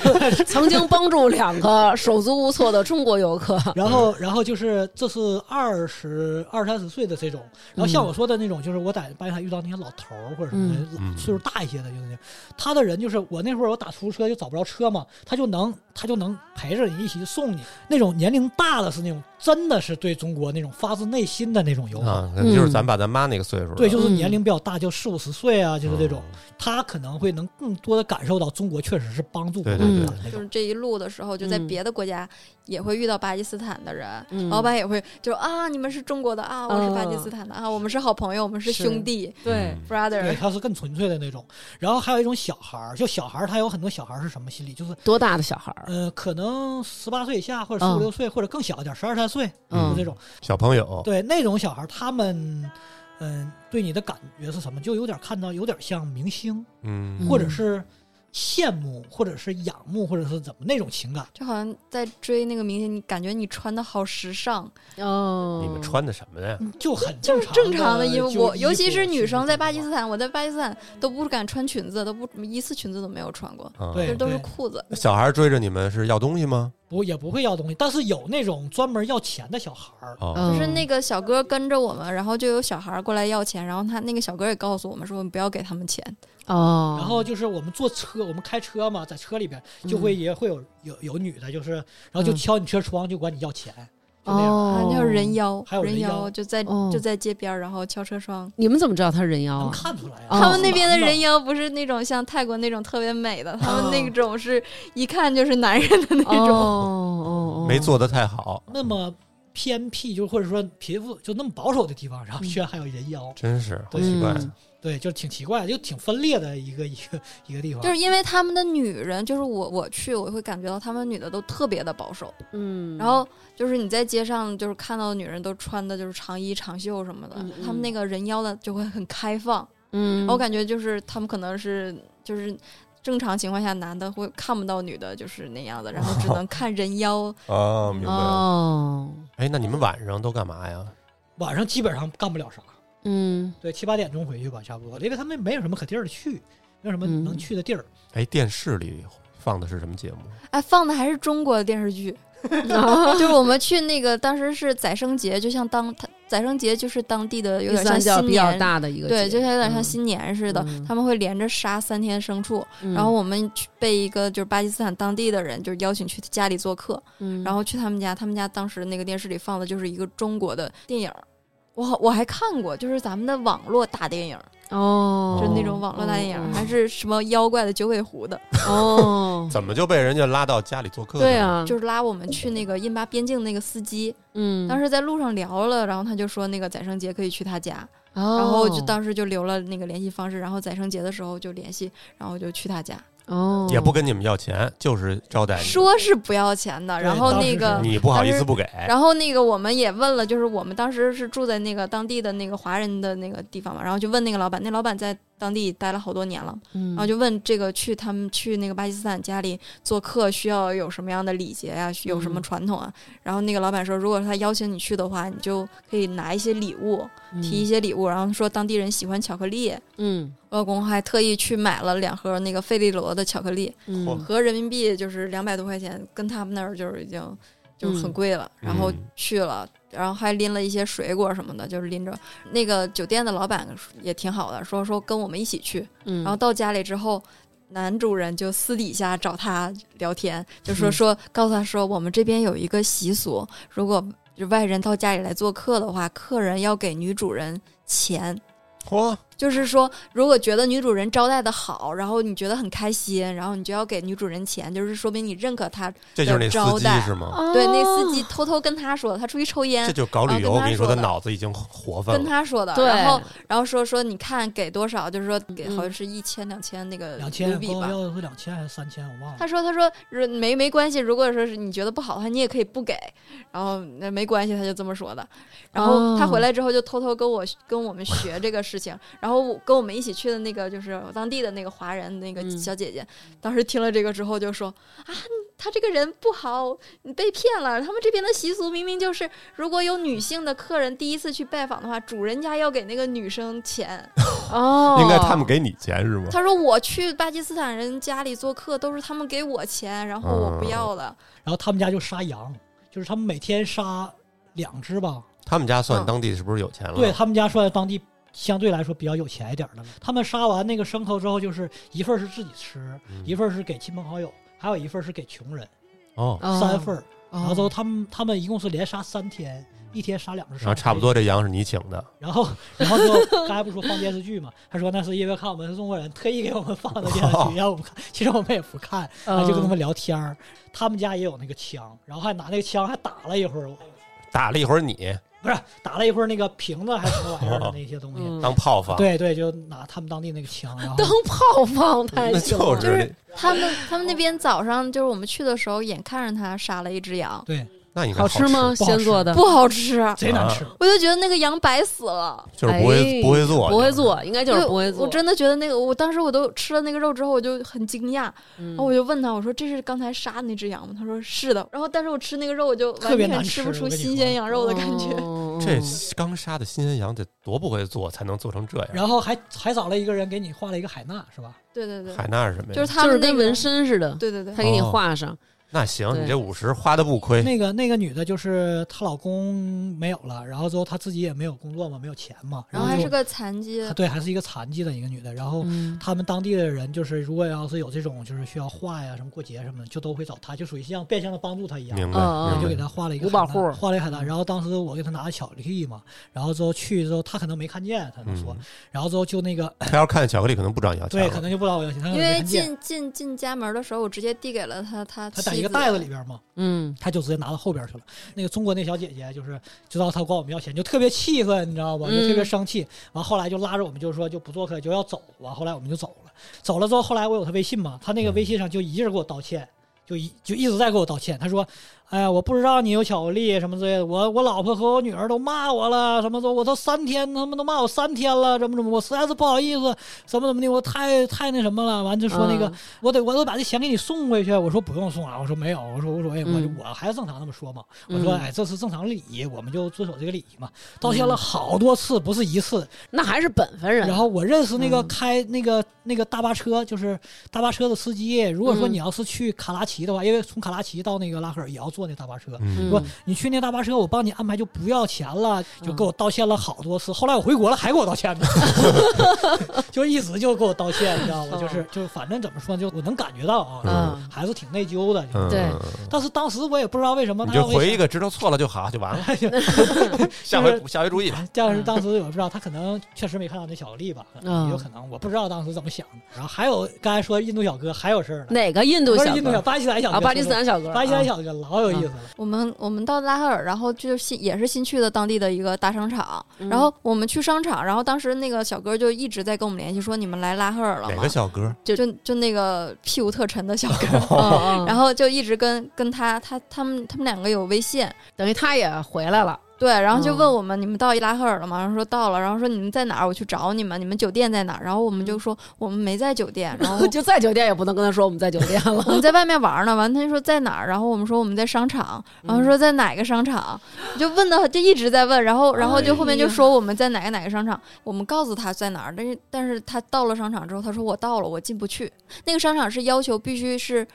曾经帮助两个手足无措的中国游 客，
然后，然后就是这是二十二三十岁的这种，然后像我
嗯
说的那种，就是我在巴基斯坦遇到那些老头儿或者什么的，
嗯
老岁数大一些的，就是那他的人就是我那会儿我打出租车就找不着车嘛，他就能他就能陪着你一起送你。那种年龄大的是那种真的是对中国那种发自内心的那种友好，
啊，可能就是咱爸咱妈那个岁数了。
对，就是
嗯
年龄比较大，就四五十岁啊，就是这种，
嗯
他可能会能更多的感受到中国确实是帮助
对
过
对
对
们的那
就
种。
是这一路的时候，就在
嗯
别的国家也会遇到巴基斯坦的人，
嗯
老板也会就啊，你们是中国的
嗯
啊，我是巴基斯坦的、啊，我们是好朋友，我们是
是
兄弟
嗯
对，
对，
，brother。
他是更纯粹的那种。然后还有一种小孩儿，就小孩儿，他有很多小孩儿是什么心理？就是
多大的小孩儿？
呃，可能十八岁以下，或者十五
嗯
六岁，或者更小一点，十二三岁，
嗯
就这种。
小朋友，
对，那种小孩儿，他们嗯、对你的感觉是什么？就有点看到，有点像明星，
嗯，
或者是羡慕，或者是仰慕，或者是怎么那种情感。
就好像在追那个明星，你感觉你穿的好时尚，
哦，
嗯你们穿的什么呀？
就很
就
正
是
常，
正常的衣
就
服。
衣
我尤其是女生，在巴基
坦，
斯坦，我在巴基斯坦都不敢穿裙子，都不一次裙子都没有穿过，
啊，
对
就都是裤子。
那小孩追着你们是要东西吗？
不也不会要东西，但是有那种专门要钱的小孩儿，
哦，
嗯
就是那个小哥跟着我们，然后就有小孩儿过来要钱，然后他那个小哥也告诉我们说，我们不要给他们钱。
哦，
然后就是我们坐车，我们开车嘛，在车里边
嗯
就会也会有有有女的，就是然后就
嗯
敲你车窗，就管你要钱，就那样。
啊
哦，，
那叫人妖，
还有人
人
妖
就在、
哦
就在街边儿，然后敲车窗。
你们怎么知道他是人妖
能
啊？
看出来啊，
哦
他们那边的人
也
妖不是那种像泰国那种特别美的，他
哦
们那种是一看就是男人 的那
哦
种。
哦哦，
没做的太好，
那么偏僻，就或者说贫富就那么保守的地方，然后
嗯
居然还有人妖，
真是好
对
奇怪。
嗯
对，就挺奇怪的，就挺分裂的一个一个一个地方。
就是因为他们的女人，就是我我去，我会感觉到他们女的都特别的保守。
嗯，
然后就是你在街上就是看到的女人都穿的就是长衣长袖什么的，
嗯嗯
他们那个人妖的就会很开放。
嗯，
然后我感觉就是他们可能是就是正常情况下男的会看不到女的就是那样的，然后只能看人妖。
哦，明白了。
哦，
哎，那你们晚上都干嘛呀？
晚上基本上干不了啥，
嗯
对，七八点钟回去吧，差不多，因为他们没有什么可地儿去，没有什么
嗯
能去的地儿。
哎，电视里放的是什么节目？
哎，放的还是中国的电视剧，就是我们去那个当时是宰生节，就像当他宰生节就是当地 的有
伊斯
点
兰
像
教
新
比较
年，
大的一个节，
对，就像有点像
嗯，
新年似的，
嗯
他们会连着杀三天牲畜，
嗯
然后我们去被一个就是巴基斯坦当地的人就是邀请去他家里做客，
嗯
然后去他们家，他们家当时那个电视里放的就是一个中国的电影儿。我好我还看过，就是咱们的网络大电影儿，
哦，
就是那种网络大电影儿，还是什么妖怪的九尾狐的，
哦，
怎么就被人家拉到家里做客？
对，啊，
就是拉我们去那个印巴边境那个司机，
嗯，
当时在路上聊了，然后他就说那个宰生节可以去他家，
哦
然后就当时就留了那个联系方式，然后宰生节的时候就联系，然后就去他家，
哦
也不跟你们要钱，就是招待你，
说是不要钱的，
对
然后
当时
那个
是。
你不好意思不给。
然后那个我们也问了，就是我们当时是住在那个当地的那个华人的那个地方嘛，然后就问那个老板，那老板在当地待了好多年了，
然
然后就问这个去他们去那个巴基斯坦家里做客需要有什么样的礼节呀、有什么
嗯
传统啊？然后那个老板说，如果他邀请你去的话，你就可以拿一些礼物，提
嗯
一些礼物，然后说当地人喜欢巧克力。
嗯
我老公还特意去买了两盒那个费利罗的巧克力，
嗯
嚯
合人民币就是两百多块钱，跟他们那儿就是已经就是很贵了。
嗯
然后
嗯
去了，然后还拎了一些水果什么的，就是拎着。那个酒店的老板也挺好的，说说跟我们一起去。
嗯，
然后到家里之后。男主人就私底下找他聊 天，就说说告诉他说，我们这边有一个习俗，如果就外人到家里来做客的话，客人要给女主人钱，
嚯，
就是说，如果觉得女主人招待的好，然后你觉得很开心，然后你就要给女主人钱，就是说明你认可她。
这就是那司
招
机
待
是
嗯
吗？
哦
对，那司机偷偷跟她说，她出去抽烟
这，就搞旅游，
啊跟他
我跟你说，他
说的
脑子已经活泛
跟
了。
她说的。
哦
对
然后，然后说说你看给多少，就是说给
嗯
好像是一千两千那个
两
卢
千，
比
高
呃吧。
要是两千还是三千，我
嗯
忘了
他。说：“他说是没没关系，如果说是你觉得不好的话，你也可以不给，然后那没关系，他就这么说的。然后他
哦
回来之后就偷偷跟我跟我们学这个事情，然后我跟我们一起去的那个就是当地的那个华人那个
嗯
小姐姐，当时听了这个之后就说啊，他这个人不好，你被骗了。他们这边的习俗明明就是，如果有女性的客人第一次去拜访的话，主人家要给那个女生钱。
哦，
应该他们给你钱是吗？
他说我去巴基斯坦人家里做客都是他们给我钱，然后我
哦
不要了。
然后他们家就杀羊，就是他们每天杀两只吧。
他们家算
嗯
当地是不是有钱了？
对他们家算当地相对来说比较有钱一点的
嗯
了。他们杀完那个牲口之后，就是一份儿是自己吃，
嗯，
一份儿是给亲朋好友，还有一份儿是给穷人，
哦，
哦
三份。儿。嗯
哦
然后之后他们他们一共是连杀三天，一天杀两只
然
牲
后
口，
差不多这羊是你请的，
然后，然后就刚才不是说放电视剧嘛？他说那是因为看我们 是中国人，特意给我们放的电视剧，让我们看。其实我们也不看，
哦
然后就跟他们聊天儿。他们家也有那个枪，然后还拿那个枪还打了一会儿，
打了一会儿你
不是打了一会儿那个瓶子还是什么玩意儿的那些东西。
嗯
当炮房，
对对，就拿他们当地那个枪，然 后
当炮放太
那
行
就
了
就是
是
他们他们那边早上就是我们去的时候，眼看着他杀了一只羊，
对
那应该
好
吃
吃吗？
不好
先
吃
做的
不好吃，
贼难吃。
啊
我就觉得那个羊白死了。
就是不会
哎
不会做，
不会，做，应该就是不会做。
我真的觉得那个，我当时我都吃了那个肉之后，我就很惊讶，
嗯
哦
然后我就问他，我说这是刚才杀的那只羊吗？他说是的。然后但是我吃那个肉，我就
特
完
别难
全吃不
吃
出
我跟你
新
说
鲜羊肉的感觉。
哦
这刚杀的新鲜羊得多不会做才能做成这样？
然后还还找了一个人给你画了一个海娜，是吧？
对对对，
海纳是什么呀？
就是他
嗯就是
们那
跟
个
纹，身似的，
对对对
他，给你
哦
画上。
那行，
对
你这五十花的不亏，
那个那个女的就是她老公没有了，然后之后她自己也没有工作嘛，没有钱嘛，
然后还
就是
个残疾
她，对，还是一个残疾的一个女的，然后
嗯
他们当地的人，就是如果要是有这种就是需要画呀什么过节什么的，就都会找他，就属于像变相的帮助他一样。
明白
嗯嗯
我
明
就
白
给。他画了一个
五保
海
户
南画了一个海南。然后当时我给他拿巧克力嘛，然后之后去之后他可能没看见，他就说
嗯，
然后之后就那个
他要是看巧克力，可能不长 牙
对，
签
可
了。
能就不知道我要钱，他可
因
能没
为
看见，
进进进家门的时候，我直接递给了他他
他在
妻
一
子
个。袋子里边嘛，
嗯，
他就直接拿到后边去了。那个中国那小姐姐就是知道他管我们要钱，就特别气愤，你知道吧？就特别
嗯
生气。完后来就拉着我们，就说就不做客，就要走。完后来我们就走了。走了之后，后来我有他微信嘛，他那个微信上就一直给我道歉，就一就一直在给我道歉。他说：“哎呀，我不知道你有巧克力什么之类的，我我老婆和我女儿都骂我了，什么都我都三天，他们都骂我三天了，怎么怎么，我实在是不好意思，怎么怎么的，我太太那什么了。”完就说那个。
嗯
我得我得把这钱给你送回去。我说不用送啊，我说没有，我说我说哎，我就
嗯
我还是正常那么说嘛。我说
嗯
哎，这是正常礼仪，我们就遵守这个礼仪嘛。道歉了好多次，不是一次。
那还是本分人。
然后我认识那个
嗯
开那个那个大巴车，就是大巴车的司机。如果说
嗯
你要是去卡拉奇的话，因为从卡拉奇到那个拉赫尔也要坐那大巴车。
嗯，
说
嗯
你去那大巴车，我帮你安排，就不要钱了，就
嗯
给我道歉了好多次。后来我回国了，还给我道 歉呢，就一直就给我道歉，你知道吗？
嗯
就是就是，反正怎么说呢，就我能感觉到啊，
嗯
还是挺内疚的。就是
嗯
对
但是当时我也不知道为什么
你
他
就
要
回一
微
个，知道错了就好，就 完了。
信，
下回下回注意吧。
但是当时我不知道，他可能确实没看到那巧克力吧，
嗯
也有可能，我不知道当时怎么想的。然后还有刚才说印度小哥还有事儿呢，
哪个印度
不是
小
印度
哥
小巴基斯坦小哥，
啊？巴基斯坦小哥，
巴基斯坦
啊
小哥老有意思了，
我们我们到拉赫尔，然后就是新也是新去的当地的一个大商场，
嗯
然后我们去商场，然后当时那个小哥就一直在跟我们联系，说你们来拉赫尔了
哪
吗
个？小哥？
就就就那个屁股特沉的小哥，
哦
嗯嗯
然后就一直跟跟他他他们他们两个有微信，
等于他也回来了。
对，然后就
嗯
问我们、你们到拉赫尔了吗？然后说到了，然后说你们在哪儿？我去找你们，你们酒店在哪儿？然后我
嗯
们就说我们没在酒店，然后
就在酒店也不能跟他说我们在酒店了。
我们在外面玩呢，完他就说在哪儿，然后我们说我们在商场，然后说在哪个商场，就问到就一直在问，然后然后就后面就说我们在哪个哪个商场，我们告诉他在哪儿，但是但是他到了商场之后，他说我到了，我进不去，那个商场是要求必须是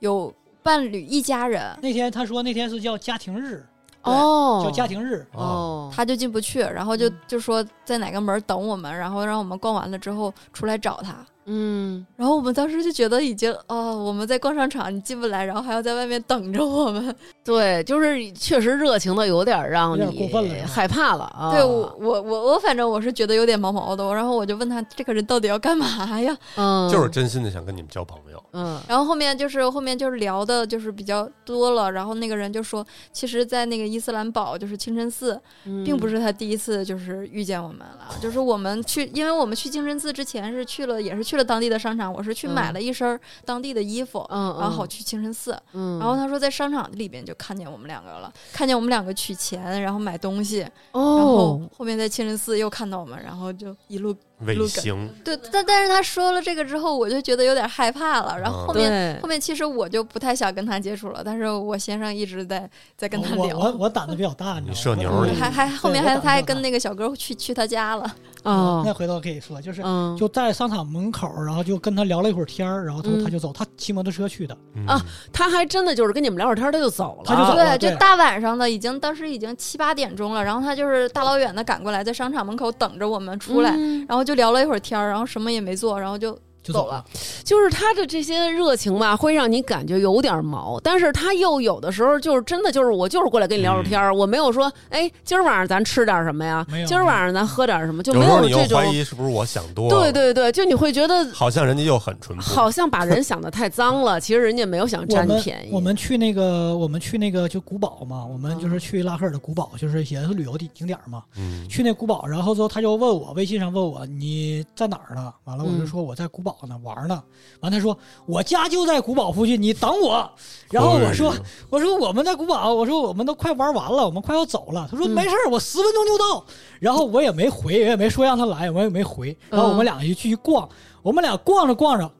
有伴侣一家人
那天他说那天是叫家庭日，
哦
叫家庭日，
啊
哦，
他就进不去，然后就
嗯
就说在哪个门等我们，然后让我们逛完了之后出来找他，
嗯，
然后我们当时就觉得已经哦，我们在逛商场，你进不来，然后还要在外面等着我们。
对，就是确实热情的有点让
有点过分了
你
是吧
害怕了啊。
对我，我我我反正我是觉得有点毛毛的。然后我就问他这个人到底要干嘛呀？
嗯，
就是真心的想跟你们交朋友。
嗯
然后后面就是后面就是聊的就是比较多了。然后那个人就说，其实，在那个伊斯兰堡，就是清真寺，
嗯，
并不是他第一次就是遇见我们了，就是我们去，因为我们去清真寺之前是去了，也是去了当地的商场，我是去买了一身儿当地的衣服，
嗯，嗯，
然后好去清真寺。
嗯，
然后他说在商场里边就看见我们两个了，看见我们两个取钱，然后买东西，然后
哦，
后面在清真寺又看到我们，然后就一路
尾行，
对，但但是他说了这个之后，我就觉得有点害怕了，然后后面。
对
后，面其实我就不太想跟他接触了，但是我先生一直在在跟他
哦我
聊，
我我胆子比较大，你
你
知道
社
吗
牛
我
你
还还后面
对我
还
胆子
他还
比较大
跟那个小哥去去他家了，
哦
那，回头可以说，就是
嗯，
就在商场门口，然后就跟他聊了一会儿天儿，然后他
嗯
他就走，他骑摩托车去的，
嗯
啊他还真的就是跟你们聊会儿天儿，他就走了，嗯
他就走了
对，就
哦对
大晚上的，已经当时已经七八点钟了，然后他就是大老远的赶过来，在商场门口等着我们出来，
嗯
然后就聊了一会儿天儿，然后什么也没做，然后就
就
走
了。
就是他的这些热情吧，会让你感觉有点毛，但是他又有的时候就是真的就是我就是过来跟你聊聊
嗯
天儿，我没有说哎，今儿晚上咱吃点什么呀
没，有
今儿晚上咱喝点什么，就
有
没
时候你又
这种
怀。疑是不是我想多了，
对对对，就你会觉得
好像人家又很淳朴，
好像把人想的太脏了，其实人家没有想
我
占你
们
便宜。
我们去那个我们去那个就古堡嘛，我们就是去拉赫尔的古堡，就是也是旅游地景点嘛。
嗯，
去那古堡，然后之后他就问我，微信上问我你在哪儿呢？完了我就
嗯
说我在古堡呢，玩儿呢。完他说我家就在古堡附近，你等我。然后我说
哎呦
我说我们在古堡，我说我们都快玩完了，我们快要走了。他说
嗯
没事儿，我十分钟就到。然后我也没回，我也没说让他来，我也没回。然后我
嗯
们俩就继续逛，我们俩逛着逛着，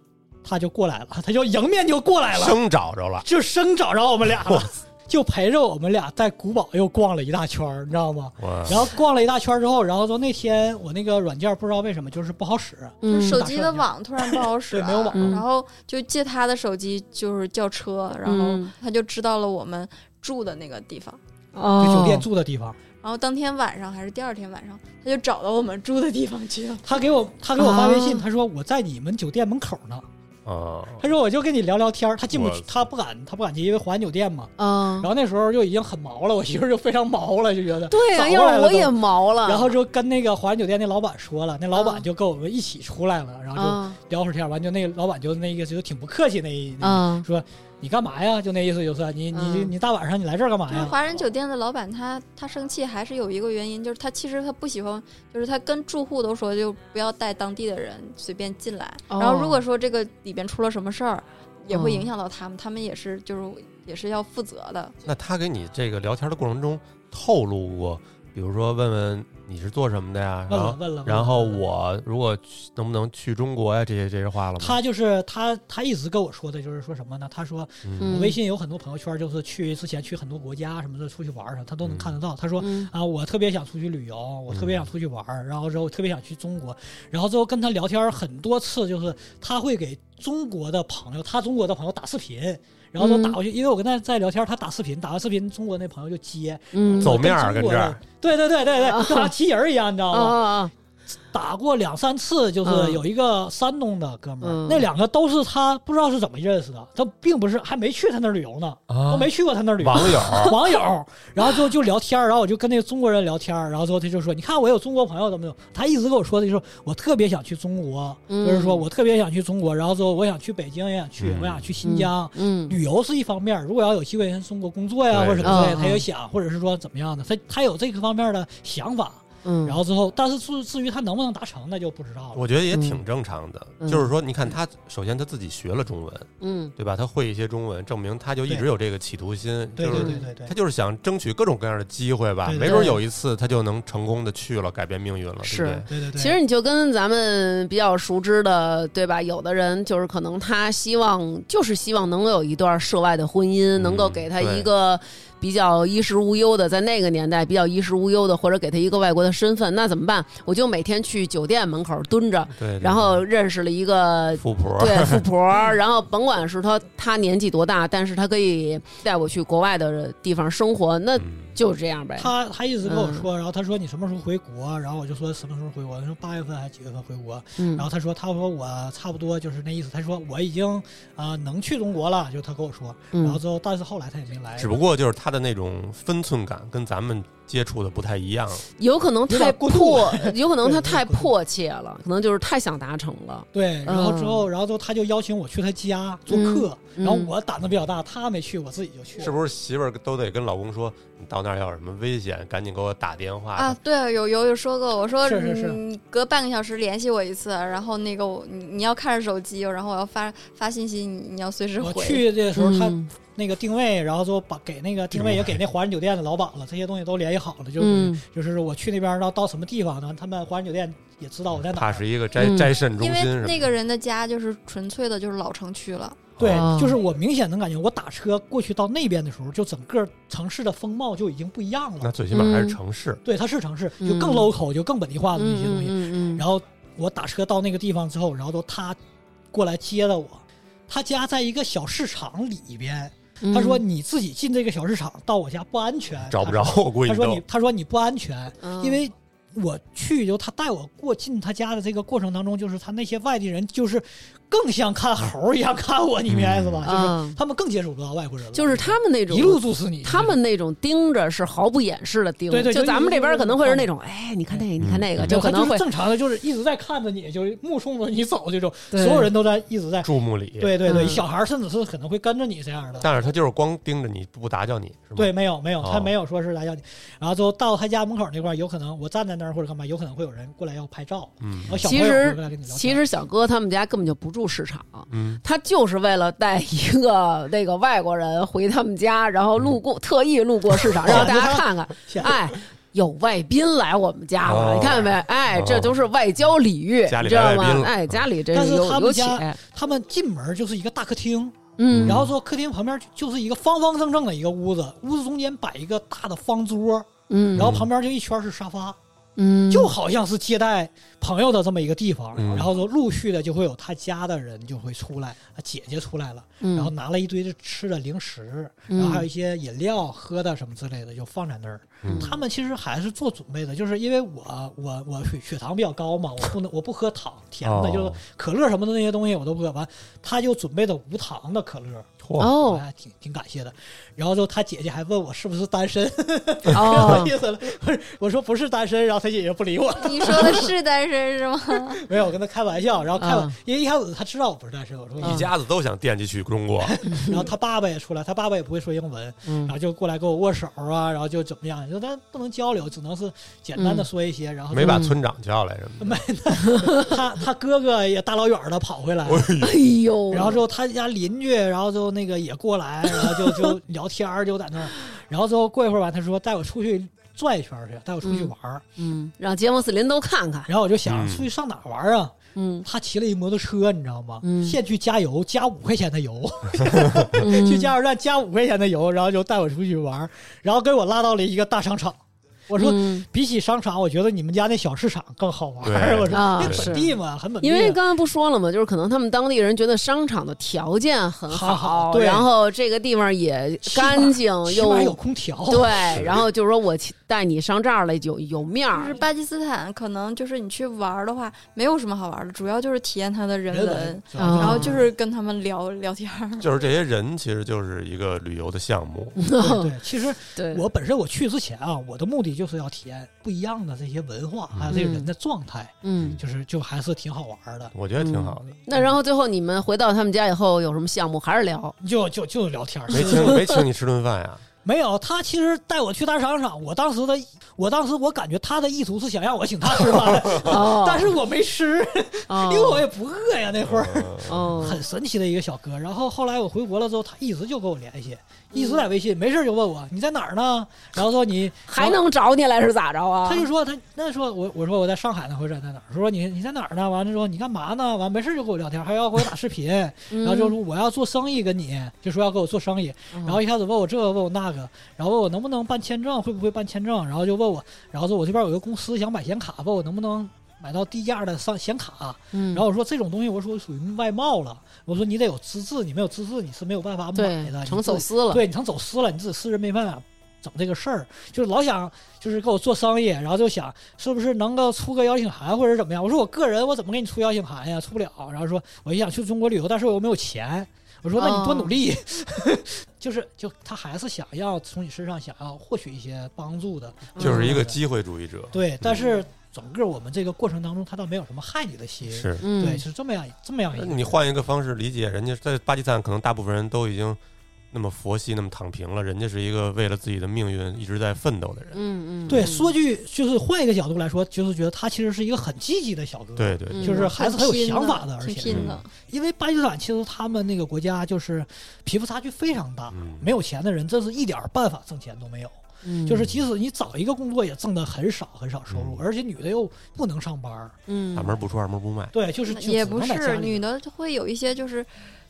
他就过来了，他就迎面就过来哎了，
生找着了，
就生找着我们俩
哇
了，就陪着我们俩在古堡又逛了一大圈儿，你知道吗？
哇，
然后逛了一大圈之后，然后说那天我那个软件不知道为什么就是不好使，
就
嗯
是手机的网突然不好使了，
对没有网
了
然后就借他的手机就是叫车，然后
嗯
他就知道了我们住的那个地方。
就
哦，
酒店住的地方。
然后当天晚上还是第二天晚上，他就找到我们住的地方去了。
他给我他给我发微信，
啊
他说我在你们酒店门口呢。
啊，
他说我就跟你聊聊天儿他进不去
我，
他不敢，他不敢进，因为环酒店嘛。
嗯
然，后那时候就已经很毛了，我媳妇儿就非常毛了，就觉得
对呀、
早过
要
来
是
了
我
都
也毛
啊
了。
然后就跟那个环酒店那老板说了，那
啊
老
嗯
板就跟我们一起出来了，然后就
啊
聊会儿天儿完就那个老板就那个就挺不客气那一，
嗯
那
啊
说你干嘛呀？就那意思就是你你
嗯
你大晚上你来这儿干嘛
就是
呀？
华人酒店的老板他，他生气还是有一个原因，就是他其实他不喜欢，就是他跟住户都说就不要带当地的人随便进来。
哦
然后如果说这个里边出了什么事儿，也会
嗯
影响到他们，他们也是就是也是要负责的。
那他给你这个聊天的过程中透露过，比如说问问你是做什么的呀，
问
然
了
后
问了问了，
然后我如果去能不能去中国呀，这些这些话了吗？
他就是他，他一直跟我说的就是说什么呢？他说
嗯
我微信有很多朋友圈，就是去之前去很多国家什么的，出去玩儿什么，他都能看得到。他说
嗯
啊，我特别想出去旅游，我特别
嗯
想出去玩儿，然后之后特别想去中国，然后之后跟他聊天儿很多次，就是他会给中国的朋友，他中国的朋友打视频。然后都
嗯
打过去，因为我跟他在聊天儿，他打视频，打完视频，中国那朋友就接，
嗯
走面儿啊
跟中
跟
国
这
的
儿，哦
对对对对对，就好像骑人儿一样，你知道
啊
吗？
啊
打过两三次，就是
嗯
有一个山东的哥们儿，
嗯
那两个都是他不知道是怎么认识的，他并不是还没去他那儿旅游呢，
啊
都没去过他那儿旅游。
网友
网友，然后之后就聊天儿，然后我就跟那个中国人聊天儿，然后之后他就说：“你看我有中国朋友怎么怎么。”他一直跟我说的就是我特别想去中国，
嗯
就是说我特别想去中国，然后之后我想去北京，也想去，
嗯
我想去新疆。
嗯
旅游是一方面，如果要有机会跟中国工作呀或者什么之类的，
对
他也想，或者是说怎么样的，他他有这个方面的想法。
嗯，
然后之后，但是至至于他能不能达成，那就不知道了。
我觉得也挺正常的。
嗯
就是说，你看他首先他自己学了中文，
嗯
对吧？他会一些中文，证明他就一直
对
有这个企图心，
对
就是
对对对对
他，就是想争取各种各样的机会吧，
对对
没准有一次他就能成功的去了，改变命运了，对
是
不对？
对对对。
其实你就跟咱们比较熟知的，对吧？有的人就是可能他希望，就是希望能有一段涉外的婚姻，
嗯
能够给他
对
一个比较衣食无忧的，在那个年代比较衣食无忧的，或者给他一个外国的身份，那怎么办？我就每天去酒店门口蹲着，
对，对
然后认识了一 个
对富婆，
对富婆儿，然后甭管是她她年纪多大，但是她可以带我去国外的地方生活，那
嗯
就是这样呗。
他他一直跟我说，然后他说你什么时候回国？然后我就说什么时候回国？他说八月份还是几月份回国？
嗯
然后他说他说我差不多就是那意思。他说我已经啊、呃能去中国了，就他跟我说。然后
嗯，
之后，但是后来他也没来，
只不过就是他的那种分寸感跟咱们接触的不太一样，
有可能
有
太
点过度
迫，有可能
对
她
有点
太
过度
迫切了，可能就是太想达成了。
对。然后之后，
嗯
然后之后他就邀请我去他家做客。嗯然后我胆子比较大，他没去，我自己就去了。
是不是？媳妇儿都得跟老公说，你到那儿要有什么危险，赶紧给我打电话。
啊，对，有有有说过，我说
是是是
你隔半个小时联系我一次，然后那个我你你要看着手机，然后我要发发信息，你你要随时
我
回。
去的时候，他
嗯
那个定位，然后就把给那个定位也给那华人酒店的老板了，这些东西都联系好了，就是、
嗯
就是我去那边到到什么地方呢？他们华人酒店也知道我在哪
怕
儿。
是一个摘、
嗯
摘肾中
因
心什
为
么的
那个人的家就是纯粹的，就是老城区了。
对
哦，
就是我明显能感觉，我打车过去到那边的时候，就整个城市的风貌就已经不一样
那
了。
最起码还
嗯
是城市，
对，它是城市，就
嗯
更 local，就更本地化的那些东西。
嗯嗯嗯
然后我打车到那个地方之后，然后都他过来接的我。他家在一个小市场里边，
嗯，
他说你自己进这个小市场到我家不安全，
找不
他
着
说。
我估计
他说
都
你，他说你不安全，
嗯
因为我去就他带我过进他家的这个过程当中，就是他那些外地人就是更像看猴儿一样看我，你明白意思吧？就
嗯
是他们更接触不到外国人了，
就是他们那种
一路注视你，
他们那种盯着是毫不掩饰的盯着，
对对
就
就
咱们这边可能会是
一直
那种，哎，你看那个，你看那个，
嗯
对
就可能
他
会
是正常的，就是一直在看着你，就是目送着你走这种，所
对
有人都在一直在，
注目礼。，
对对对，
嗯
小孩儿甚至是可能会跟着你这样的。
但是他就是光盯着你不打搅你，是吗？
对，，没有没有，他
哦
没有说是来要你，然后最后到他家门口那块儿，有可能我站在那儿或者干嘛，有可能会有人过来要拍照，
嗯
然后小朋
其
友会过
实
来跟你聊天。
其实小哥他们家根本就不住市场。
嗯，
他就是为了带一个那个外国人回他们家，然后路
嗯
过特意路过市场，让 大家看看，
现 在
哎，有外宾来我们家了，
哦
你看见没？哎，
哦
这都是外交礼遇，
家里
你知道
来外宾
吗？
了
哎，家里这
但是
有
他
有
们
且，
家他们进门就是一个大客厅，
嗯
然后说客厅旁边就是一个方方正正的一个屋子，屋子中间摆一个大的方桌，
嗯，
然后旁边就一圈是沙发，
嗯
就好像是接待朋友的这么一个地方。
嗯
然后说陆续的就会有他家的人就会出来，啊姐姐出来了，
嗯
然后拿了一堆的吃的零食，
嗯
然后还有一些饮料、喝的什么之类的，就放在那儿。
嗯
他们其实还是做准备的，就是因为我我我血血糖比较高嘛，我 不能我不喝糖甜的，
哦
就是可乐什么的那些东西我都不喝。完，他就准备的无糖的可乐，
嚯，
我
哦
还挺挺感谢的。然后就他姐姐还问我是不是单身，
哦
意思了。不是，我说不是单身，然后他姐姐不理我，
你说的是单身是吗？
没有，我跟他开玩笑。然后开玩，
嗯
因为一开始他知道我不是单身，我说
嗯
一家子都想惦记去中 国，
然后他爸爸也出来，他爸爸也不会说英文，
嗯
然后就过来跟我握手啊，然后就怎么样，就咱不能交流，只能是简单的
嗯
说一些，然后
没把村长叫来什么的。
他他哥哥也大老远的跑回来，
哎呦
哎呦，
然后之后他家邻居，然后就那个也过来，然后就 就聊天儿，就在那儿，然后之后过一会儿吧，他说带我出去转一圈儿去，带我出去玩儿，
嗯，让街坊四邻都看看，
然后我就想
嗯
出去上哪儿玩儿啊？
嗯
他骑了一摩托车，你知道吗？
嗯
现去加油，加五块钱的油，
嗯
去加油站加五块钱的油，然后就带我出去玩儿，然后给我拉到了一个大商场，我说。
嗯
比起商场，我觉得你们家那小市场更好玩儿。
对
我说，
啊
因为
是
本地嘛，很本地
因
啊。
为刚才不说了嘛，就是可能他们当地人觉得商场的条件很
好好对
然后这个地方也
起码
干净
起
又
码有空调，
对，然后就是说我去带你上这儿来有有面
就是
儿，
巴基斯坦，可能就是你去玩儿的话，没有什么好玩儿的，主要就是体验它的人
人
文
文，，
嗯
然后就是跟他们聊聊天儿。
就是这些人其实就是一个旅游的项目，
嗯
对对。其实
对，
我本身我去之前啊，我的目的就是要体验不一样的这些文化，还有这个人的状态，
嗯，
就是就还是挺好玩的。
我觉得挺好的。
那然后最后你们回到他们家以后有什么项目还是聊？
就就
嗯
就聊天儿，
没请没请你吃顿饭呀？
没有他其实带我去大商场，我当时的我当时我感觉他的意图是想让我请他吃饭，
哦，
但是我没吃，因为我也不饿呀，那会儿。
哦，
很神奇的一个小哥。然后后来我回国了之后，他一直就跟我联系，一直在微信，没事就问我你在哪儿呢，然后说你
嗯 还。能找你来是咋着啊？
他就说他那说我我说我在上海呢，或者在哪儿？说你你在哪儿呢？完了之后你干嘛呢？完没事就跟我聊天，还要给我打 视频，然后就说我要做生意跟你，就说要跟我做生意。
嗯，
然后一开始问我这个问我那个，然后问我能不能办签证，会不会办签证，然后就问我，然后说我这边有一个公司想买显卡，问我能不能买到低价的上显卡。
嗯，
然后我说这种东西，我说属于外贸了。我说你得有资质，你没有资质你是没有办法买
对
的，，
成走
走
私了，
对你成走私了，你自己私人没办法整这个事儿。就是老想就是给我做生意，然后就想是不是能够出个邀请函或者怎么样。我说我个人我怎么给你出邀请函呀？出不了。然后说我也想去中国旅游，但是我又没有钱。我说那你
哦
多努力， 就是就他还是想要从你身上想要获取一些帮助的，
就是一嗯个机会主义者，
嗯对。但是整个我们这个过程当中，他倒没有什么害你的心。
是。
嗯，
对，是这么样这么样一个。
你换一个方式理解，人家在巴基斯坦，可能大部分人都已经那么佛系、那么躺平了，人家是一个为了自己的命运一直在奋斗的人。
嗯嗯，
对，
嗯
说句就是换一个角度来说，就是觉得他其实是一个很积极的小哥。，
对对，
嗯
就是还是很有
拼
想法的，而
挺
且
拼的。
因为巴基斯坦其实他们那个国家就是贫富差距非常大，
嗯，
没有钱的人真是一点儿办法挣钱都没有。
嗯
就是即使你找一个工作也挣得很少很少收入，
嗯
而且女的又不能上班儿。
嗯
大门不出二门不迈，
对，就是就
也
只
不
能在家
是
里
女的会有一些就是。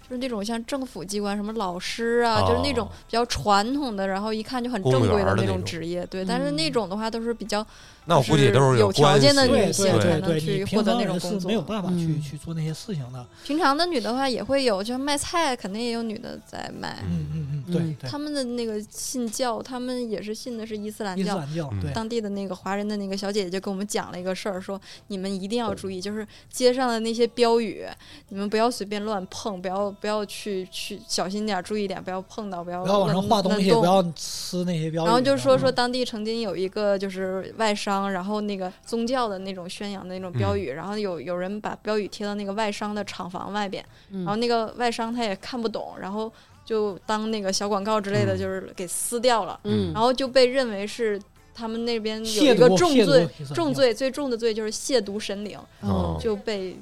就是那种像政府机关，什么老师啊，
哦
就是那种比较传统的，然后一看就很
公务
正
员
规
儿的
那
那
种嗯
种
职业，对。但是那种的话都是比较
那我估计也都
就是有条
关系
件的
对
女性
对
才
对
能
对，
去
你
获
平
得
常
那种
人
工
是
作
没有办法去
嗯
去做那些事情的。
平常的女的话也会有，就卖菜肯定也有女的在卖。
嗯嗯嗯，
嗯
对对
他，们的那个信教，他们也是信的是伊斯兰
伊斯
教，
兰教
嗯
对。
当地的那个华人的那个小姐姐就跟我们讲了一个事儿，说你们一定要注意，就是街上的那些标语，你们不要随便乱碰，不要不要去去小心点儿，注意点儿，不要碰到，不要
不要往上
乱
画东
乱
西，
动
不要吃那些标语。
然后就说
嗯
说当地曾经有一个就是外商，然后那个宗教的那种宣扬的那种标语，然后有有人把标语贴到那个外商的厂房外边，
嗯
然后那个外商他也看不懂，然后就当那个小广告之类的，
嗯
就是给撕掉了，
嗯，
然后就被认为是他们那边有
亵
一个
渎
重
亵
罪
渎，伊斯兰
重
教
罪最重的罪就是亵渎神灵，
哦
就被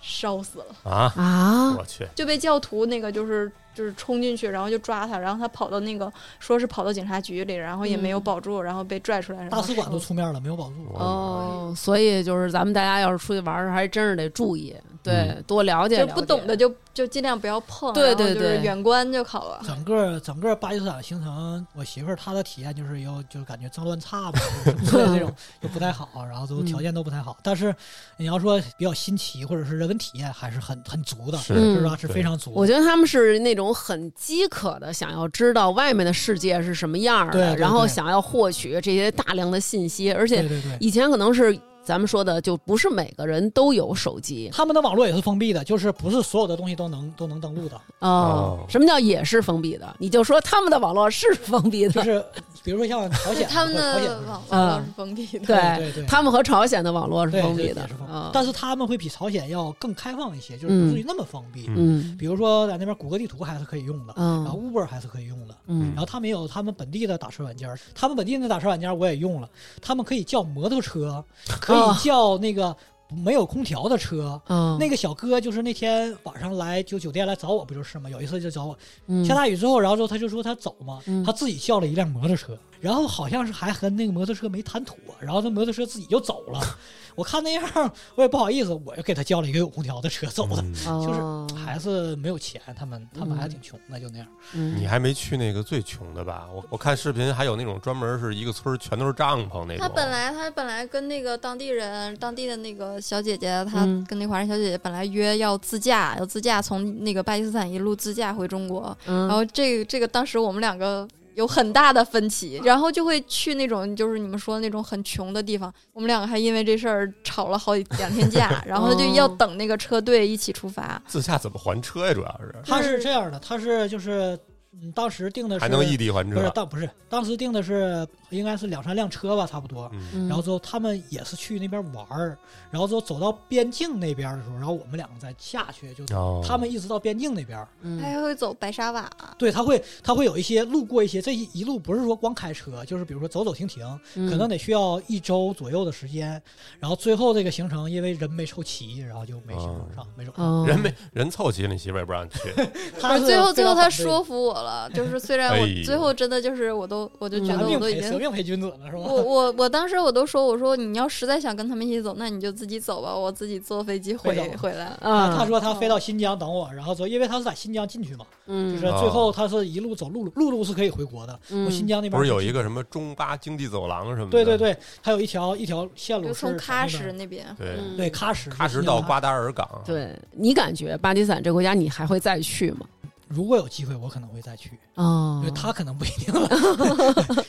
烧死了，
啊！
啊，
我
嗯
去，
就被教徒那个就是就是冲进去，然后就抓他，然后他跑到那个说是跑到警察局里，然后也没有
嗯
保住，然后被拽出来，然后
大使馆都
烧
出面了，没有保住。
哦，所以就是咱们大家要是出去玩儿，还真是得注意，
嗯
对，多了解
就
了
是
解，
不懂的就就尽量不要碰，
对
然后
对
就是
对
远观就好了。
整个整个巴基斯坦行程，我媳妇儿她的体验就是有，就是感觉脏乱差吧，就是 对 这种就不太好，然后都
嗯
条件都不太好。但是你要说比较新奇，或者是人文体验，还是很很足的，
是
嗯
是吧？是非常足。
我觉得他们是那种很饥渴的，想要知道外面的世界是什么样儿的，
对对对
然后想要获取这些大量的信息，而且
对对对，
以前可能是咱们说的，就不是每个人都有手机
他们的网络也是封闭的，就是不是所有的东西都能都能登录的，
哦
哦
什么叫也是封闭的？你就说他们的网络是封闭
就
的，
是比如说像朝
就是
鲜，
他们
或者朝
的
鲜就是
网
嗯
网络是封闭 的，
对
对对。
他们和朝鲜的网络是
对
封
对
闭的
也是封闭
啊。
但是他们会比朝鲜要更开放一些，就是不至于那么封闭。
嗯
比如说在那边谷歌地图还是可以用的，然后
嗯
Uber 还是可以用的，
嗯
然后他们也有他们本地的打车软件儿，他们本地的打车软件儿我也用了，他们可以叫摩 托车，
哦
可以叫那个没有空调的车。
嗯，
那个小哥就是那天晚上来就酒店来找我不就是吗？有一次就找我，
那
下大雨之后，然后之后他就说他走嘛，
嗯
他自己叫了一辆摩托车，然后好像是还和那个摩托车没谈妥，然后他摩托车自己就走了。我看那样儿我也不好意思，我又给他叫了一个有空调的车走了。
嗯
哦
就是还是没有钱，他们他们还挺穷的，就那样。
嗯
你还没去那个最穷的吧？我我看视频还有那种专门是一个村儿全都是帐篷那种。
他本来他本来跟那个当地人，当地的那个小姐姐，她
嗯
跟那华人小姐姐本来约要自驾，要自驾从那个巴基斯坦一路自驾回中国。然
嗯
后这个这个当时我们两个有很大的分歧，然后就会去那种就是你们说的那种很穷的地方。我们两个还因为这事儿吵了好几两 天架，然后就要
哦
等那个车队一起出发。
自驾怎么还车呀？主要是
他是这样的，他是就是嗯，当时定的是
还能异地还
不是
车，
当不是当时定的是应该是两三辆车吧，差不多。
嗯，
嗯
然后之后他们也是去那边玩儿，然后之后走到边境那边的时候，然后我们两个再下去，就
哦，
他们一直到边境那边，
嗯
还会走白沙瓦，
对他会他会有一些路过一些这一一路不是说光开车，就是比如说走走停停，
嗯
嗯
可能得需要一周左右的时间。然后最后这个行程因为人没凑齐，然后就没行程上，没走。
哦
人没 人凑齐，你媳妇儿也不让你 去，
不
他
是
是
最后最后他
非常
说服我了，就是虽然
哎
我
呦
最后真的就是我都我
嗯
就觉
反
得
对
我都已
拿命赔舍
经。
命陪君子了是吧？
我我我当时我都说，我说你要实在想跟他们一起走，那你就自己走吧，我自己坐飞机回
飞走
回来。
啊，
啊
他，
哦
说他飞到新疆等我，然后说，因为他是在新疆进去嘛，就
嗯
是最后他是一路走陆路，陆路是可以回国的。我
嗯
新疆那边
哦不是有一个什么中巴经济走廊什么的，
对对，对，还有一条一条线路
就是从喀
什么
什
的，
那边，
对，
嗯
对喀什，
喀什到瓜达尔港，，
对你感觉巴基斯坦这国家你还会再去吗？
如果有机会，我可能会再去，因
哦
为他可能不一定了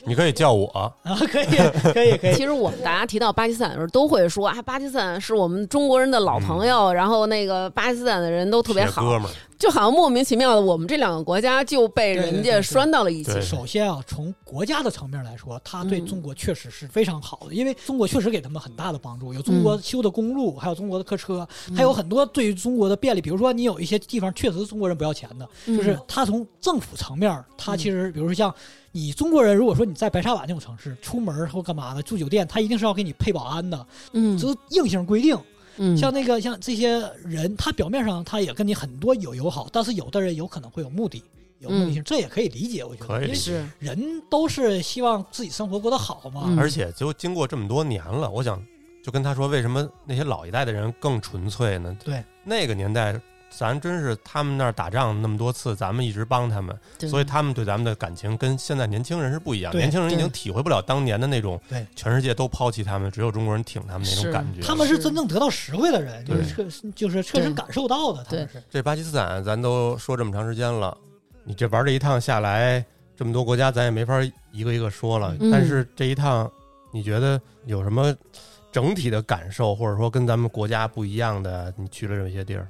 你可以叫我，
啊，可以可以 可以，
嗯其实我们大家提到巴基斯坦的时候，都会说啊，巴基斯坦是我们中国人的老朋友，然后那个巴基斯坦的人都特别
嗯铁
好，
哥们儿，
就好像莫名其妙的，我们这两个国家就被
对对
人
对
家
对
拴到了一起。
对
首先啊，从国家的层面来说，他对
嗯
中国确实是非常好的，因为中国确实给他们很大的帮助，有中国修的公路，还有中国的客车，还有很多对于中国的便利。比如说，你有一些地方确实中国人不要钱的，
嗯
就是他从政府层面，他其实比如说像你中国人，如果说你在白沙瓦那种城市出门或干嘛的住酒店，他一定是要给你配保安的，
嗯，
这是硬性规定。
嗯
像那个像这些人，他表面上他也跟你很多有友好，但是有的人有可能会有目的。有目的
嗯
性，这也可以理解，我觉得。
可以
因为
理解
是
人都是希望自己生活过得好嘛。
嗯
而且就经过这么多年了，我想就跟他说，为什么那些老一代的人更纯粹呢？
对，
那个年代，咱真是他们那儿打仗那么多次，咱们一直帮他们，
对
所以他们对咱们的感情跟现在年轻人是不一样。
对
年轻人已经
对
体会不了当年的那种
对，
全世界都抛弃他们，只有中国人挺他们那
是
种感觉。
他们是真正得到实惠的人，就是确就是确实
对
感受到的，他们是。
这巴基斯坦，咱都说这么长时间了，你这玩这一趟下来，这么多国家，咱也没法一个一个说了。
嗯
但是这一趟，你觉得有什么整体的感受，或者说跟咱们国家不一样的？你去了这些地儿，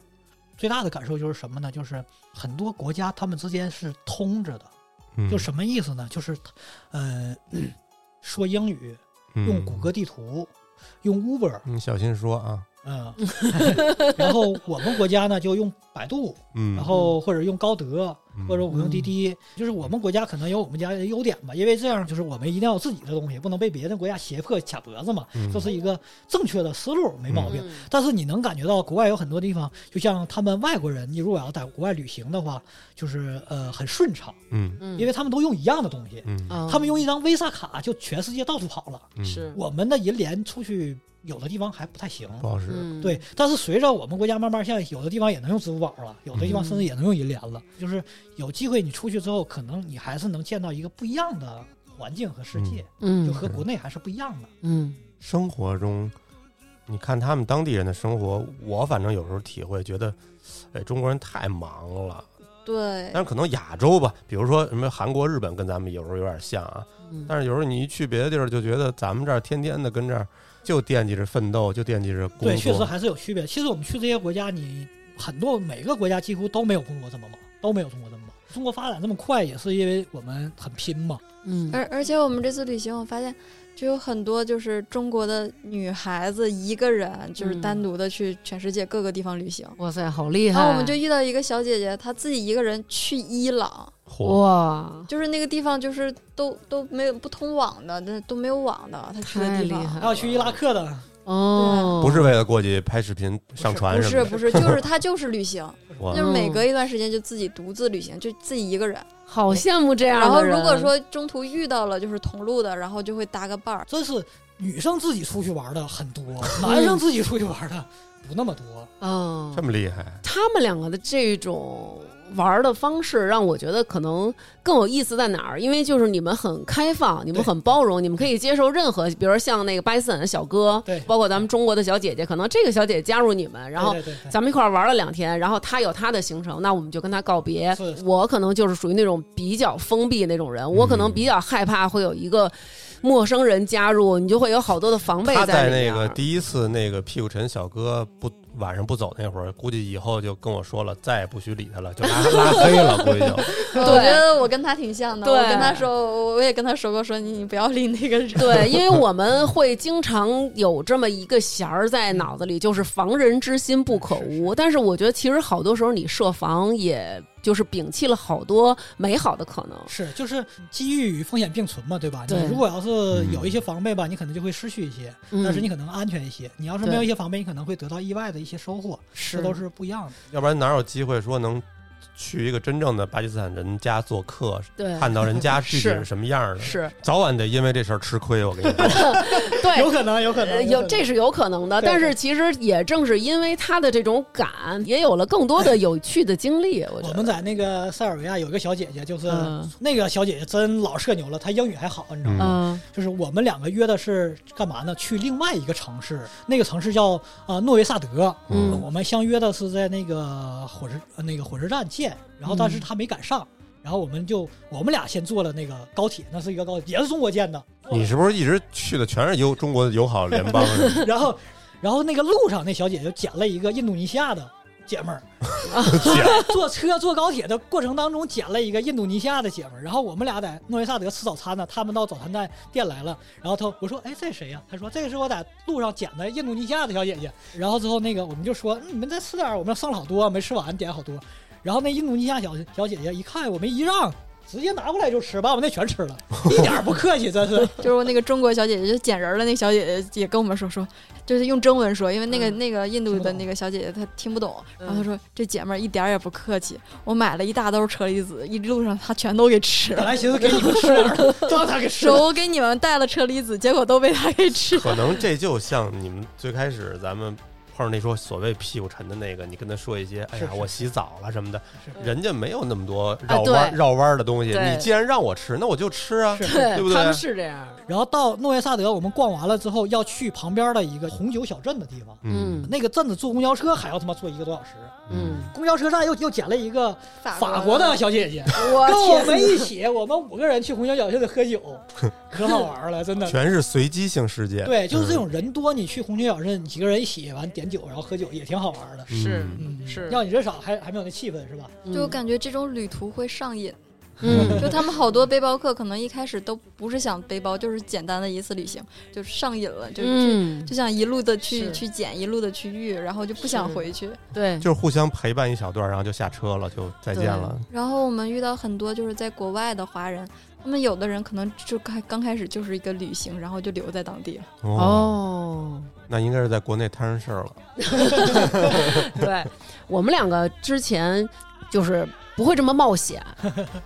最大的感受就是什么呢？就是很多国家他们之间是通着的，
嗯
就什么意思呢？就是，呃， 说英语，用谷歌，地图，用 Uber，
嗯嗯你小心说啊，
嗯，然后我们国家呢就用百度，
嗯，
然后或者用高德，
嗯
或者我用滴滴，就是我们国家可能有我们家的优点吧，因为这样就是我们一定要有自己的东西，不能被别的国家胁迫卡脖子嘛，
嗯
这是一个正确的思路，没毛病。
嗯
但是你能感觉到国外有很多地方，就像他们外国人，你如果要在国外旅行的话，就是呃很顺畅，
嗯
嗯
因为他们都用一样的东西，
嗯
哦
他们用一张 Visa 卡就全世界到处跑了。
嗯
是
我们的银联出去有的地方还不太行，
不好使，
嗯
对，但是随着我们国家慢慢现在有的地方也能用支付宝了，有的地方甚至
嗯
也能用银联了。就是有机会你出去之后，可能你还是能见到一个不一样的环境和世界，就
嗯
和国内还是不一样的。
嗯
生活中，你看他们当地人的生活，我反正有时候体会觉得，哎，中国人太忙了。
对，
但是可能亚洲吧，比如说什么韩国、日本，跟咱们有时候有点像啊。
嗯
但是有时候你一去别的地儿，就觉得咱们这儿天天的跟这儿就惦记着奋斗，就惦记着工作。
对，确实还是有区别。其实我们去这些国家，你很多每个国家几乎都没有中国这么忙，都没有中国这么忙。中国发展这么快，也是因为我们很拼嘛。
嗯
而而且我们这次旅行，我发现就有很多就是中国的女孩子一个人，就是
嗯
单独的去全世界各个地方旅行。
哇塞，好厉害！
然后我们就遇到一个小姐姐，她自己一个人去伊朗，
哦
嚯，
哇，
就是那个地方就是都都没有不通网的，那都没有网的，她去的
太
地
厉
方。
害
还有去伊拉克的，
哦，
不是为了过去拍视频上传
不
什
是
么的，
不是，就是她就是旅行，
我
就是嗯每隔一段时间就自己独自旅行，就自己一个人。
好羡慕这样的
然后
人
如果说中途遇到了就是同路的，然后就会搭个 伴儿。
真是女生自己出去玩的 很多，男生自己出去玩的不那么多。
嗯
这，么厉害，
他们两个的这种玩儿的方式，让我觉得可能更有意思在哪儿？因为就是你们很开放，你们
对
很包容，你们可以接受任何，比如说像那个巴基斯坦的小哥，
对
包括咱们中国的小姐姐，可能这个小姐姐加入你们，然后
对对对对
咱们一块儿玩了两天，然后他有他的行程，那我们就跟他告别
是。
我可能就是属于那种比较封闭那种人，我可能比较害怕会有一个陌生人加入，你就会有好多的防备
他在
里
那
面。啊
个第一次那个屁股沉小哥不晚上不走那会儿，估计以后就跟我说了，再也不许理他了，就拉拉黑了，估计就。
我觉得我跟他挺像的，
对
我跟他说，我也跟他说过，说你你不要理那个人。
对，因为我们会经常有这么一个弦儿在脑子里，就是防人之心不可无。但是我觉得，其实好多时候你设防，也就是摒弃了好多美好的可能。
是，就是机遇与风险并存嘛，对吧？
对
你如果要是有一些防备吧，你可能就会失去一些，但是你可能安全一些。你要是没有
嗯对
一些防备，你可能会得到意外的一些收获，这
是
都是不一样的。
要不然哪有机会说能去一个真正的巴基斯坦人家做客，
对
看到人家具体
是
是什么样的？
是
早晚得因为这事儿吃亏。我跟你 说，
对
有可能，有可
呃
能，
有
可能
这是有可能的，
对
但是其实也正是因为他的这种感，也有了更多的有趣的经历。我觉得
我们在那个塞尔维亚有一个小姐姐，就是
嗯
那个小姐姐真老社牛了，她英语还好，你知道吗？
嗯
就是我们两个约的是干嘛呢？去另外一个城市，那个城市叫啊、呃诺维萨德。
嗯
我们相约的是在那个火车呃那个火车站见，然后但是
嗯
她没赶上，然后我们就我们俩先坐了那个高铁，那是一个高铁，也是中国建的。
你是不是一直去的全是友中国友好联邦？
然后然后那个路上那小姐就捡了一个印度尼西亚的姐们儿， 坐车坐高铁的过程当中捡了一个印度尼西亚的姐们儿，然后我们俩在诺维萨德吃早餐呢，他们到早餐店店来了，然后他我说哎这谁呀、他说这个是我在路上捡的印度尼西亚的小姐姐，然后之后那个我们就说、嗯、你们再吃点儿，我们剩了好多没吃完，点好多，然后那印度尼西亚小小姐姐一看我们一让。直接拿过来就吃，把我们那全吃了，一点儿不客气，真是。
就是我那个中国小姐姐，就捡人儿的那个小姐姐也跟我们说说，就是用中文说，因为那个、
嗯
那个印度的那个小姐姐她听不懂，
嗯
然后她说这姐们儿一点儿也不客气，我买了一大兜车厘子，一路上她全都给吃
本
了，
来寻思给你们吃点儿，都让他给吃了
说。我给你们带了车厘子，结果都被她给吃 了。
可能这就像你们最开始咱们碰上那说所谓屁股沉的那个，你跟他说一些，哎呀
是，是
我洗澡了什么的
是，
人家没有那么多
啊
绕弯
对
绕弯的东西。
对
你既然让我吃，那我就吃啊。对不对
他们是这样。
然后到诺维萨德，我们逛完了之后，要去旁边的一个红酒小镇的地方。
嗯
那个镇子坐公交车还要他妈坐一个多小时，
嗯，
公交车站又又捡了一个法国的，小姐姐，
我
跟我们
天，
一起，我们五个人去红酒小镇喝酒， 可好玩了，真
嗯
的。
全是随机性事件。
对，就是这种人多，你去红酒小镇，你几个人一起完点酒，然后喝酒也挺好玩的。
嗯，
是
嗯
嗯，
是
要你人少还还没有那气氛是吧？
就感觉这种旅途会上瘾。
嗯
就他们好多背包客，可能一开始都不是想背包，就是简单的一次旅行，就是上瘾了，就、
嗯，
就想一路的去
是
去捡，一路的去遇，然后就不想
是
回去。
对，
嗯就是互相陪伴一小段，然后就下车了，就再见了。
然后我们遇到很多就是在国外的华人，他们有的人可能就开刚开始就是一个旅行，然后就留在当地了。
哦，
哦，
那应该是在国内摊上事儿了。
对， 我们两个之前就是不会这么冒险，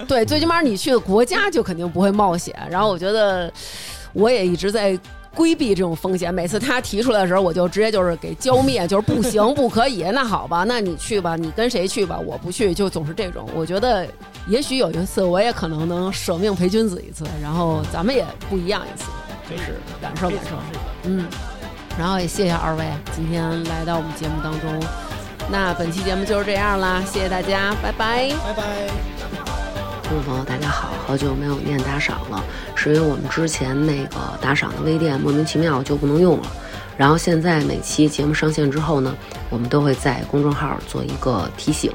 对，最起码你去的国家就肯定不会冒险。然后我觉得我也一直在。规避这种风险，每次他提出来的时候，我就直接就是给浇灭，就是不行，不可以。那好吧，那你去吧，你跟谁去吧，我不去，就总是这种。我觉得也许有一次，我也可能能舍命陪君子一次，然后咱们也不一样一次，就是感受感受。嗯，然后也谢谢二位今天来到我们节目当中。那本期节目就是这样啦，谢谢大家，拜拜。
拜拜。
听众朋友，大家好，好久没有念打赏了，是因为我们之前那个打赏的微店莫名其妙就不能用了。然后现在每期节目上线之后呢，我们都会在公众号做一个提醒，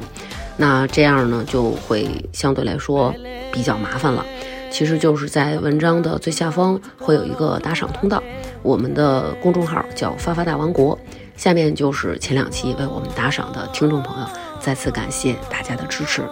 那这样呢就会相对来说比较麻烦了。其实就是在文章的最下方会有一个打赏通道，我们的公众号叫“发发大王国”。下面就是前两期为我们打赏的听众朋友，再次感谢大家的支持。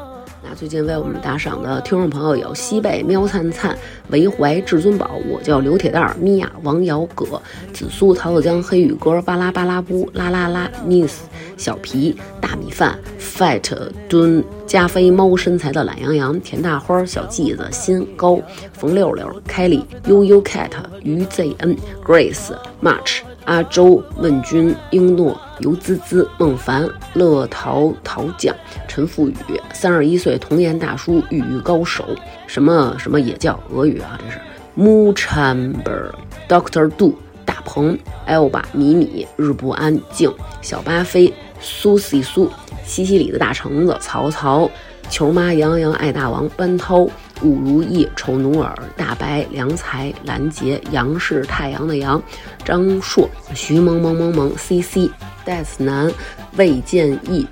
那最近为我们打赏的听众朋友有西贝、喵灿灿、维怀、至尊宝，我叫刘铁蛋儿、米娅、王瑶葛、紫苏、桃子江、黑羽哥、巴拉巴拉布、啦啦啦、Miss、小皮、大米饭、Fat 蹲、加菲猫身材的懒羊羊、田大花、小季子、新高、冯六六、凯里、悠悠 cat、于 zn、Grace、March、阿周、问君、英诺、尤滋滋、孟凡、乐淘淘酱、陈富宇、三十一岁童颜大叔、玉玉高手，什么什么也叫俄语啊，这是 Mu Chamber、Doctor Do、大鹏、Elba、米米、日不安静、小巴菲、苏西苏、西西里的大橙子、曹操、球妈、杨洋、爱大王、班涛、五如意、丑努尔、大白、良才、蓝杰、杨是太阳的杨、张硕、徐萌萌萌萌、C C、戴思南、魏建义、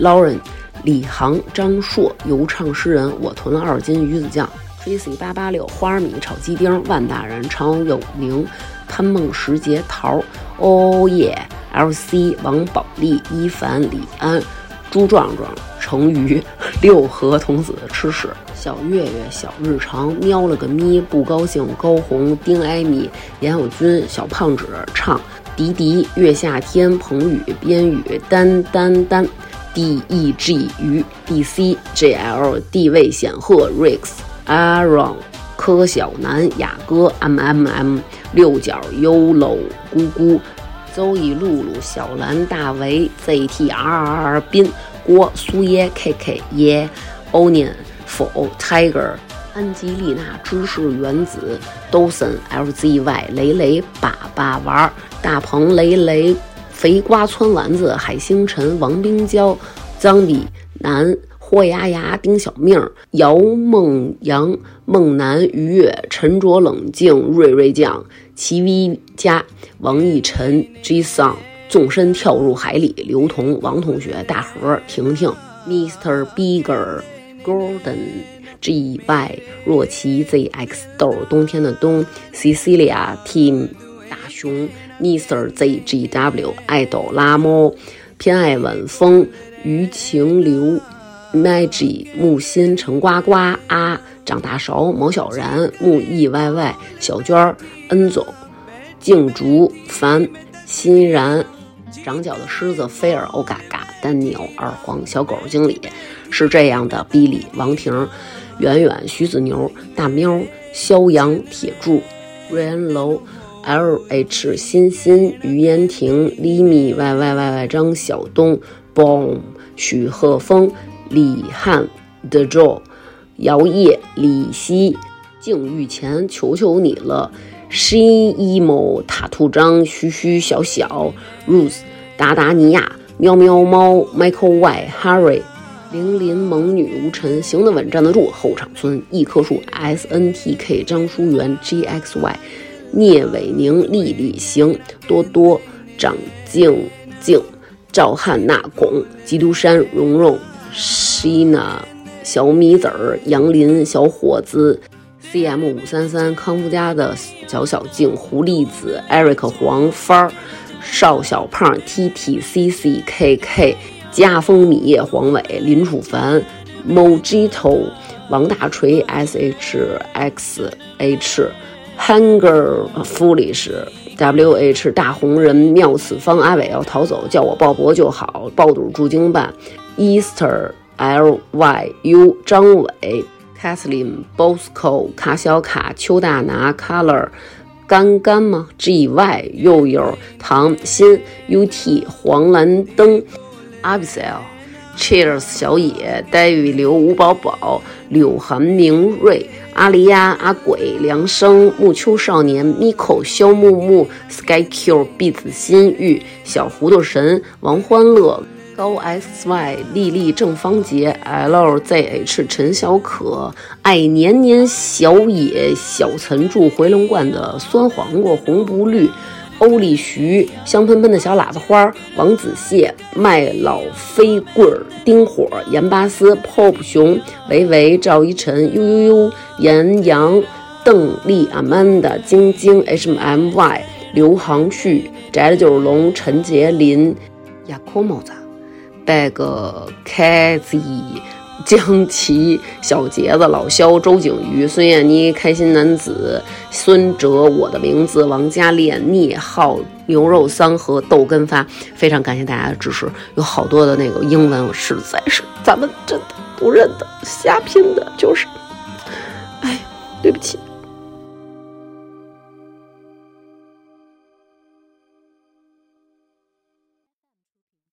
Lauren、李航、张硕、游唱诗人，我囤了二斤鱼子酱。Tracy 八八六、花米炒鸡丁、万大人、常有宁、潘梦石杰、桃、哦耶、LC、王宝利、一凡、李安、朱壮壮、成鱼、六合童子、吃屎、小月月、小日常、喵了个咪、不高兴、高红、丁艾米、严小军、小胖子、唱、迪迪、月下天、彭宇、边宇、丹丹丹。D E G 于 D C J L 地位显赫 Rex Aaron 柯小南雅哥 M M M 六角 Yolo 咕咕邹以露露小兰大为 Z T R R 斌郭苏耶 K K 耶 Onion 否 Tiger 安吉丽娜知识原子 Dawson L Z Y 雷雷粑粑玩儿大鹏雷雷肥瓜村丸子、海星辰、王冰娇、张比南、豁牙牙、丁小命、姚梦阳、梦南、于越、沉着冷静、瑞瑞酱、齐 V 佳、王奕晨、G Song、纵身跳入海里、刘同、王同学、大河、婷婷、Mr. Bigger、Golden。G Y 若琪 Z X 豆冬天的冬 Cecilia Team 大熊 Mr. ZGW 爱豆拉猫偏爱晚风余情流 Maggie 木心陈呱呱啊长大勺毛小然木易 YY 小娟儿恩总静竹凡欣然长脚的狮子菲尔欧嘎嘎丹尼尔二黄小狗经理是这样的比利王婷远远徐子牛大喵肖阳铁柱瑞恩楼。L H 欣欣、于延婷、李米、Y Y Y Y 张晓东、Boom、许鹤峰、李汉、The Joe、姚烨、李希、静玉前，求求你了，She emo 塔兔张、嘘嘘小小、Rose、达达尼亚、喵喵猫、Michael Y、Harry。玲玲萌女无尘，行得稳，站得住。后场村一棵树，S N T K 张淑媛，G X Y。聂伟宁、丽丽行、多多、张静静、赵汉娜、巩、基督山、蓉蓉、希娜、小米子儿、杨林、小伙子、C M 五三三、康夫家的小小静、狐狸子、Eric 黄帆儿、邵小胖、T T C C K K、家风米叶、黄伟、林楚凡、Mojito、王大锤、S H X H。Hunger Foolish W H 大红人妙此方阿伟要逃走，叫我鲍勃就好。爆肚驻京办 Easter L Y U 张伟 Kathleen Bosco 卡小卡邱大拿 Color 干干吗 G Y 佑佑唐鑫 U T 黄蓝灯 Abisel Cheers 小野呆宇刘吴宝宝柳韩明瑞。阿狸呀、阿鬼、梁生、木秋少年、Miko、肖木木、Sky Q、毕子欣、玉小糊涂神、王欢乐、高 S Y、丽丽、郑方杰、L Z H、陈小可、爱年年、小野、小岑住回龙观的酸黄瓜、红不绿、欧丽徐、香喷喷的小喇叭花、王子蟹、麦老飞棍儿、丁火、盐巴斯、Pop 熊、维维、赵一晨、呦呦呦、严阳、邓丽、Amanda、晶晶、H M Y、刘航旭、宅的就是龙、陈杰林、雅科莫子、bag、凯子、江琪、小杰子、老肖、周景瑜、孙燕妮、开心男子、孙哲、我的名字、王佳恋、聂浩、牛肉三和豆根发，非常感谢大家的支持。有好多的那个英文，我实在是咱们真的不认得，瞎拼的，就是，哎，对不起。